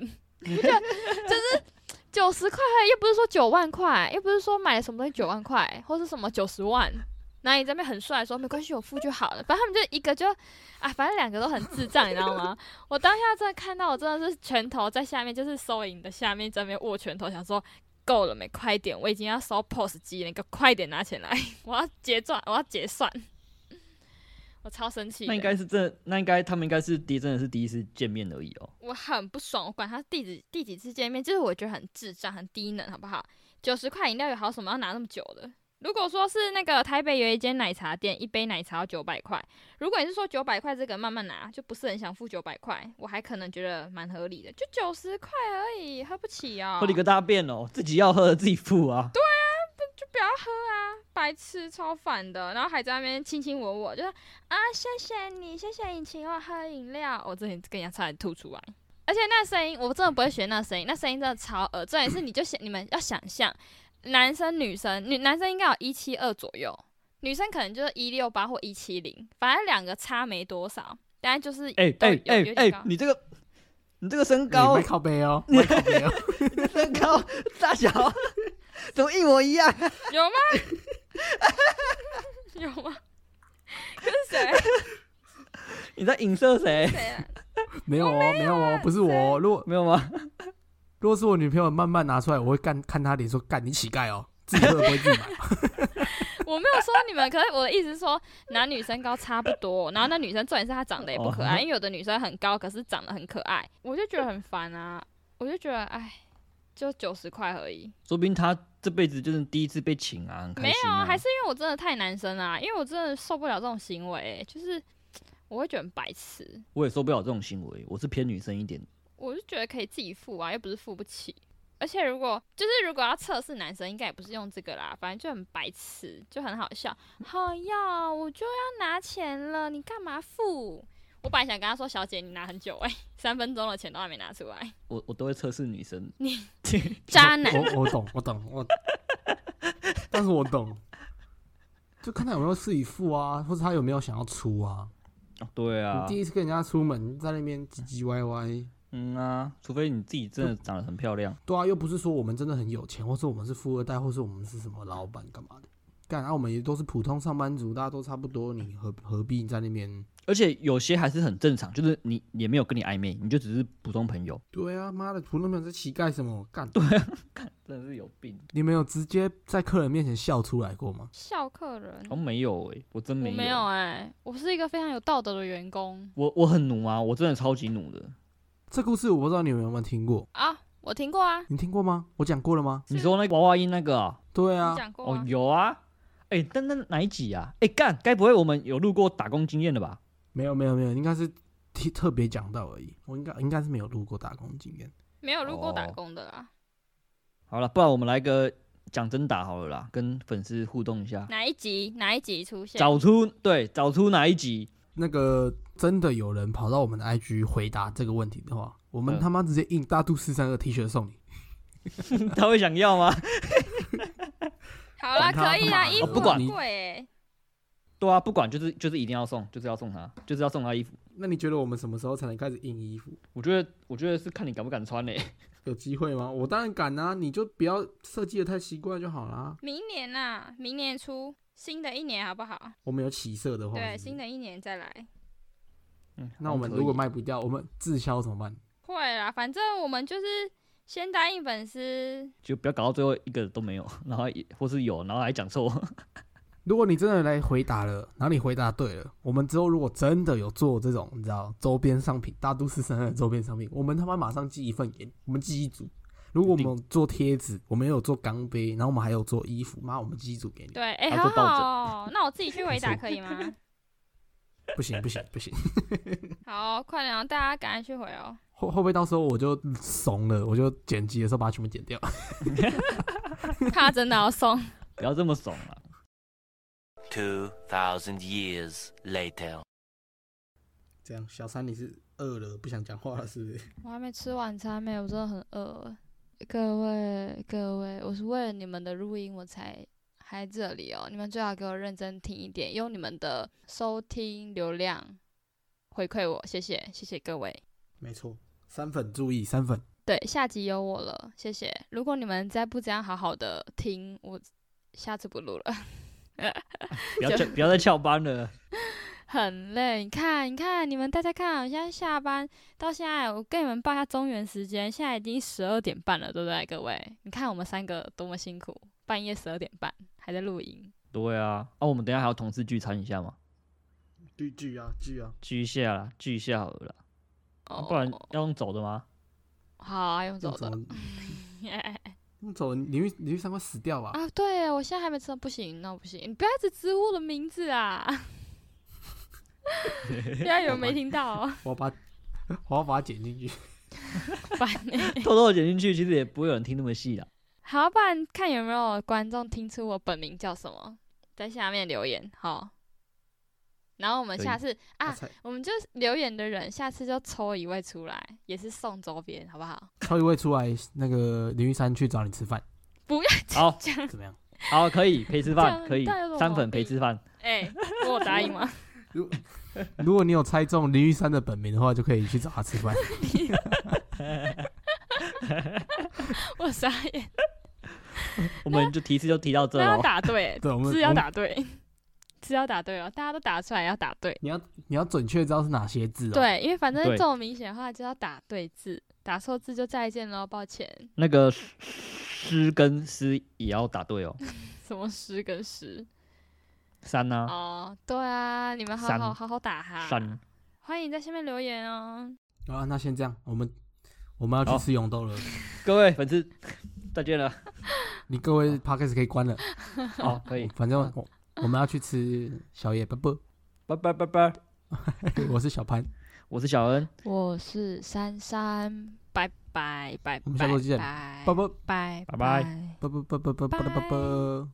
Speaker 1: 就就是九十块，又不是说九万块，又不是说买了什么东西九万块，或是什么九十万。那你这边很帅说没关系，我付就好了。反正他们就一个就啊，反正两个都很智障，你知道吗？ 我当下真的看到，我真的是拳头在下面，就是收银的下面这边握拳头，想说够了没？快点，我已经要收 POS 机了，你给我快点拿钱来， 我要结账，我要结算。我超生气的，
Speaker 2: 那应该是真的，那应该他们应该是第真的是第一次见面而已哦。
Speaker 1: 我很不爽，我管他第几第几次见面，就是我觉得很智障、很低能，好不好？九十块饮料有好什么要拿那么久的？如果说是那个台北有一间奶茶店，一杯奶茶要九百块，如果你是说九百块这个慢慢拿，就不是很想付九百块，我还可能觉得蛮合理的，就九十块而已，喝不起哦，
Speaker 2: 喝了一个大便哦，自己要喝的自己付啊。
Speaker 1: 就不要喝啊，白痴超烦的，然后还在那边卿卿我我，就是啊，谢谢你，谢谢你请我喝饮料，我之前跟人家差点吐出来。而且那声音，我真的不会学那声音，那声音真的超恶。重点是，你就想你们要想象，男生女生，女男生应该有一七二左右，女生可能就是一六八或一七零，反正两个差没多少，但是就是
Speaker 2: 哎
Speaker 1: 都有
Speaker 2: 哎哎
Speaker 1: 有点
Speaker 2: 哎
Speaker 1: 高，。
Speaker 2: 你这个你这个身
Speaker 3: 高
Speaker 2: 高
Speaker 3: 靠背哦，麦靠背哦，
Speaker 2: 身高大小怎么一模一样？
Speaker 1: 有吗？ 有吗？ 跟谁？
Speaker 2: 你在影射谁？
Speaker 1: 谁啊？
Speaker 3: 没有哦，没有哦，不是我哦。如果
Speaker 2: 没有吗？
Speaker 3: 如果是我女朋友慢慢拿出来，我会干看她脸说干你乞丐哦，自己喝不会自己买。
Speaker 1: 我没有说你们，可是我的意思是说，男女身高差不多，然后那女生重点是她长得也不可爱，因为有的女生很高，可是长得很可爱，哦我就觉得很烦啊，我就觉得哎，就九十块而已，
Speaker 2: 说不定他这辈子就是第一次被请啊，很开
Speaker 1: 没
Speaker 2: 心
Speaker 1: 有啊，
Speaker 2: 啊。
Speaker 1: 还是因为我真的太男生啊啦、因为我真的受不了这种行为、就是我会觉得很白痴，
Speaker 2: 我也受不了这种行为，我是偏女生一点。
Speaker 1: 我就觉得可以自己付啊，又不是付不起。而且如果就是如果要测试男生，应该也不是用这个啦，反正就很白痴，就很好笑。好呀，我就要拿钱了，你干嘛付？我本来想跟他说，小姐你拿很久哎、 三分钟的钱都还没拿出来，
Speaker 2: 我我都会测试女生。
Speaker 1: 你渣男。
Speaker 2: 哦
Speaker 3: 我我懂，我懂，我，但是我懂，就看他有没有自己付啊，或者他有没有想要出啊。
Speaker 2: 对啊
Speaker 3: 你，第一次跟人家出门，在那边唧唧歪歪，
Speaker 2: 嗯啊，除非你自己真的长得很漂亮，
Speaker 3: 对啊，又不是说我们真的很有钱，或是我们是富二代，或是我们是什么老板干嘛的，干，啊，我们也都是普通上班族，大家都差不多，你何何必在那边？
Speaker 2: 而且有些还是很正常，就是你也没有跟你暧昧，你就只是普通朋友，
Speaker 3: 对啊，妈的，普通朋友在乞丐什么干？
Speaker 2: 真的是有病。
Speaker 3: 你们有直接在客人面前笑出来过吗？
Speaker 1: 笑客人，
Speaker 2: 哦，没有诶、我真没
Speaker 1: 我
Speaker 2: 有。
Speaker 1: 没有哎、我是一个非常有道德的员工
Speaker 2: 我我很努啊，我真的超级努的。
Speaker 3: 这故事我不知道你们有没有听过，
Speaker 1: 啊，我听过啊，
Speaker 3: 你听过吗？我讲过了吗？
Speaker 1: 是
Speaker 2: 你说那个娃娃音那个啊？
Speaker 3: 对
Speaker 1: 你
Speaker 3: 啊，
Speaker 1: 讲过
Speaker 2: 哦
Speaker 1: 啊，，
Speaker 2: 有啊。哎、但那哪一集啊？哎、干，该不会我们有录过打工经验的吧？
Speaker 3: 没有没有没有，应该是特特别讲到而已。我应该应该是没有录过打工经验。
Speaker 1: 没有路过打
Speaker 2: 哦
Speaker 1: 工的啦。
Speaker 2: 好了，不然我们来个讲真打好了啦，跟粉丝互动一下，
Speaker 1: 哪一集哪一集出现？
Speaker 2: 找出对，找出哪一集？
Speaker 3: 那个真的有人跑到我们的 IG 回答这个问题的话，我们
Speaker 2: 嗯
Speaker 3: 他妈直接印大肚四三二 T 恤送你。
Speaker 2: 他会想要吗？
Speaker 1: 好啦，
Speaker 3: 管他
Speaker 1: 可以啦，
Speaker 3: 他妈的
Speaker 1: 衣服
Speaker 2: 哦不管
Speaker 1: 很贵欸
Speaker 2: 对啊，不管就是就是一定要送，就是要送他，就是要送他衣服。
Speaker 3: 那你觉得我们什么时候才能开始印衣服？
Speaker 2: 我觉得我觉得是看你敢不敢穿欸嘞、
Speaker 3: 有机会吗？我当然敢啊！你就不要设计的太奇怪就好啦。
Speaker 1: 明年啦，明年初，新的一年好不好？
Speaker 3: 我们有起色的话，
Speaker 1: 对，
Speaker 3: 是不
Speaker 1: 新
Speaker 3: 是
Speaker 1: 的一年再来。
Speaker 2: 嗯，
Speaker 3: 那我
Speaker 2: 好
Speaker 3: 们
Speaker 2: 像可以
Speaker 3: 如果卖不掉，我们滞销怎么办？
Speaker 1: 会啦，反正我们就是先答应粉丝，
Speaker 2: 就不要搞到最后一个都没有， 然后也或是有，然后还讲错。
Speaker 3: 如果你真的来回答了，然后你回答对了，我们之后如果真的有做这种你知道周边商品，大都市生的周边商品，我们他妈马上寄一份给你，我们寄一组。如果我们做贴纸，我们也有做钢杯，然后我们还有做衣服，妈，我们寄一组给你。
Speaker 1: 对，哎、
Speaker 2: 还
Speaker 1: 好
Speaker 2: 做抱枕
Speaker 1: 好哦，那我自己去回答可以吗？
Speaker 3: 不行不行不行，
Speaker 1: 好，快点哦，大家赶快去回哦。
Speaker 3: 会会不会到时候我就怂了，我就剪辑的时候把它全部剪掉？
Speaker 1: 怕真的要送。
Speaker 2: 不要这么怂啊！
Speaker 4: 2,000 years later.
Speaker 3: 这样，小三你是饿了不想讲话了是不是？
Speaker 1: 我还没吃晚餐没，我真的很饿。各位各位，我是为了你们的录音我才还这里哦，你们最好给我认真听一点，用你们的收听流量回馈我，谢谢谢谢各位。
Speaker 3: 没错，三粉注意三粉，
Speaker 1: 对，下集有我了，谢谢。如果你们再不这样好好的听，我下次不录了，
Speaker 2: 不要
Speaker 1: 就
Speaker 2: 再不要再翘班了。
Speaker 1: 很累。你看，你看，你们大家看，我现在下班到现在，我跟你们报一下中原时间，现在已经十二点半了，对不对，各位？你看我们三个多么辛苦，半夜十二点半还在录音。
Speaker 2: 对啊，啊，我们等一下还要同事聚餐一下嘛，
Speaker 3: 聚聚啊聚啊，
Speaker 2: 聚一下啦，聚一下好了啦，
Speaker 1: 哦，
Speaker 2: 啊不然要用走的吗？
Speaker 1: 好啊，用走
Speaker 3: 用
Speaker 1: 的
Speaker 3: 走。用走，你去你去三块死掉吧。
Speaker 1: 啊，对，我现在还没吃，不行，那我不行，你不要一直直呼我的名字啊！ 不要以为没听到、哦，
Speaker 3: 我要把我要把它剪进去。
Speaker 1: 烦欸
Speaker 2: 偷偷的剪进去，其实也不会有人听那么细的。
Speaker 1: 好，不然看有没有观众听出我本名叫什么，在下面留言。好，然后我们
Speaker 2: 可以
Speaker 1: 下次啊，
Speaker 3: 才
Speaker 1: 我们就留言的人下次就抽一位出来，也是送周边，好不好？
Speaker 3: 超一位出来，那个林玉山去找你吃饭，
Speaker 1: 不要
Speaker 2: 好
Speaker 1: 这样，
Speaker 3: 怎么样？
Speaker 2: 好，可以陪吃
Speaker 1: 这样
Speaker 2: 饭，可以
Speaker 1: 到底有什么
Speaker 2: 三粉陪吃饭，
Speaker 1: 哎、我有答应吗？
Speaker 3: 如果你有猜中林玉山的本名的话，就可以去找他 吃饭。
Speaker 1: 我傻眼，
Speaker 2: 我们就提示就提到这
Speaker 1: 那要
Speaker 2: 喽。
Speaker 1: 答对，
Speaker 3: 对，我们
Speaker 1: 字要
Speaker 3: 我们
Speaker 1: 打对， 字要打对哦，大家都打出来要打对，
Speaker 3: 你要你要准确知道是哪些字哦。，
Speaker 1: 对，因为反正
Speaker 2: 对
Speaker 1: 这种明显的话就要打对字，打错字就再见喽，抱歉。
Speaker 2: 那个诗诗跟诗也要答对哦，
Speaker 1: 什么诗跟诗？
Speaker 2: 三呐，
Speaker 1: 哦，对啊，你们好好
Speaker 2: 啊三
Speaker 1: 好好打哈。
Speaker 2: 三，
Speaker 1: 欢迎在下面留言哦。
Speaker 3: 好啊，那先这样，我们我们要
Speaker 2: 好
Speaker 3: 去吃永豆了。
Speaker 2: 各位粉丝再见了。
Speaker 3: 你各位 podcast 可以关了，
Speaker 2: 好，可以，
Speaker 3: 反正我我们要去吃宵夜，拜拜。
Speaker 2: 拜拜拜拜，
Speaker 3: 我是小潘，
Speaker 2: 我是小恩，
Speaker 1: 我是珊珊，拜拜拜拜，
Speaker 3: 我们下周见
Speaker 1: 拜
Speaker 3: 拜拜
Speaker 2: 拜
Speaker 1: 拜
Speaker 2: 拜
Speaker 1: 拜。
Speaker 3: 拜拜拜拜拜拜拜拜。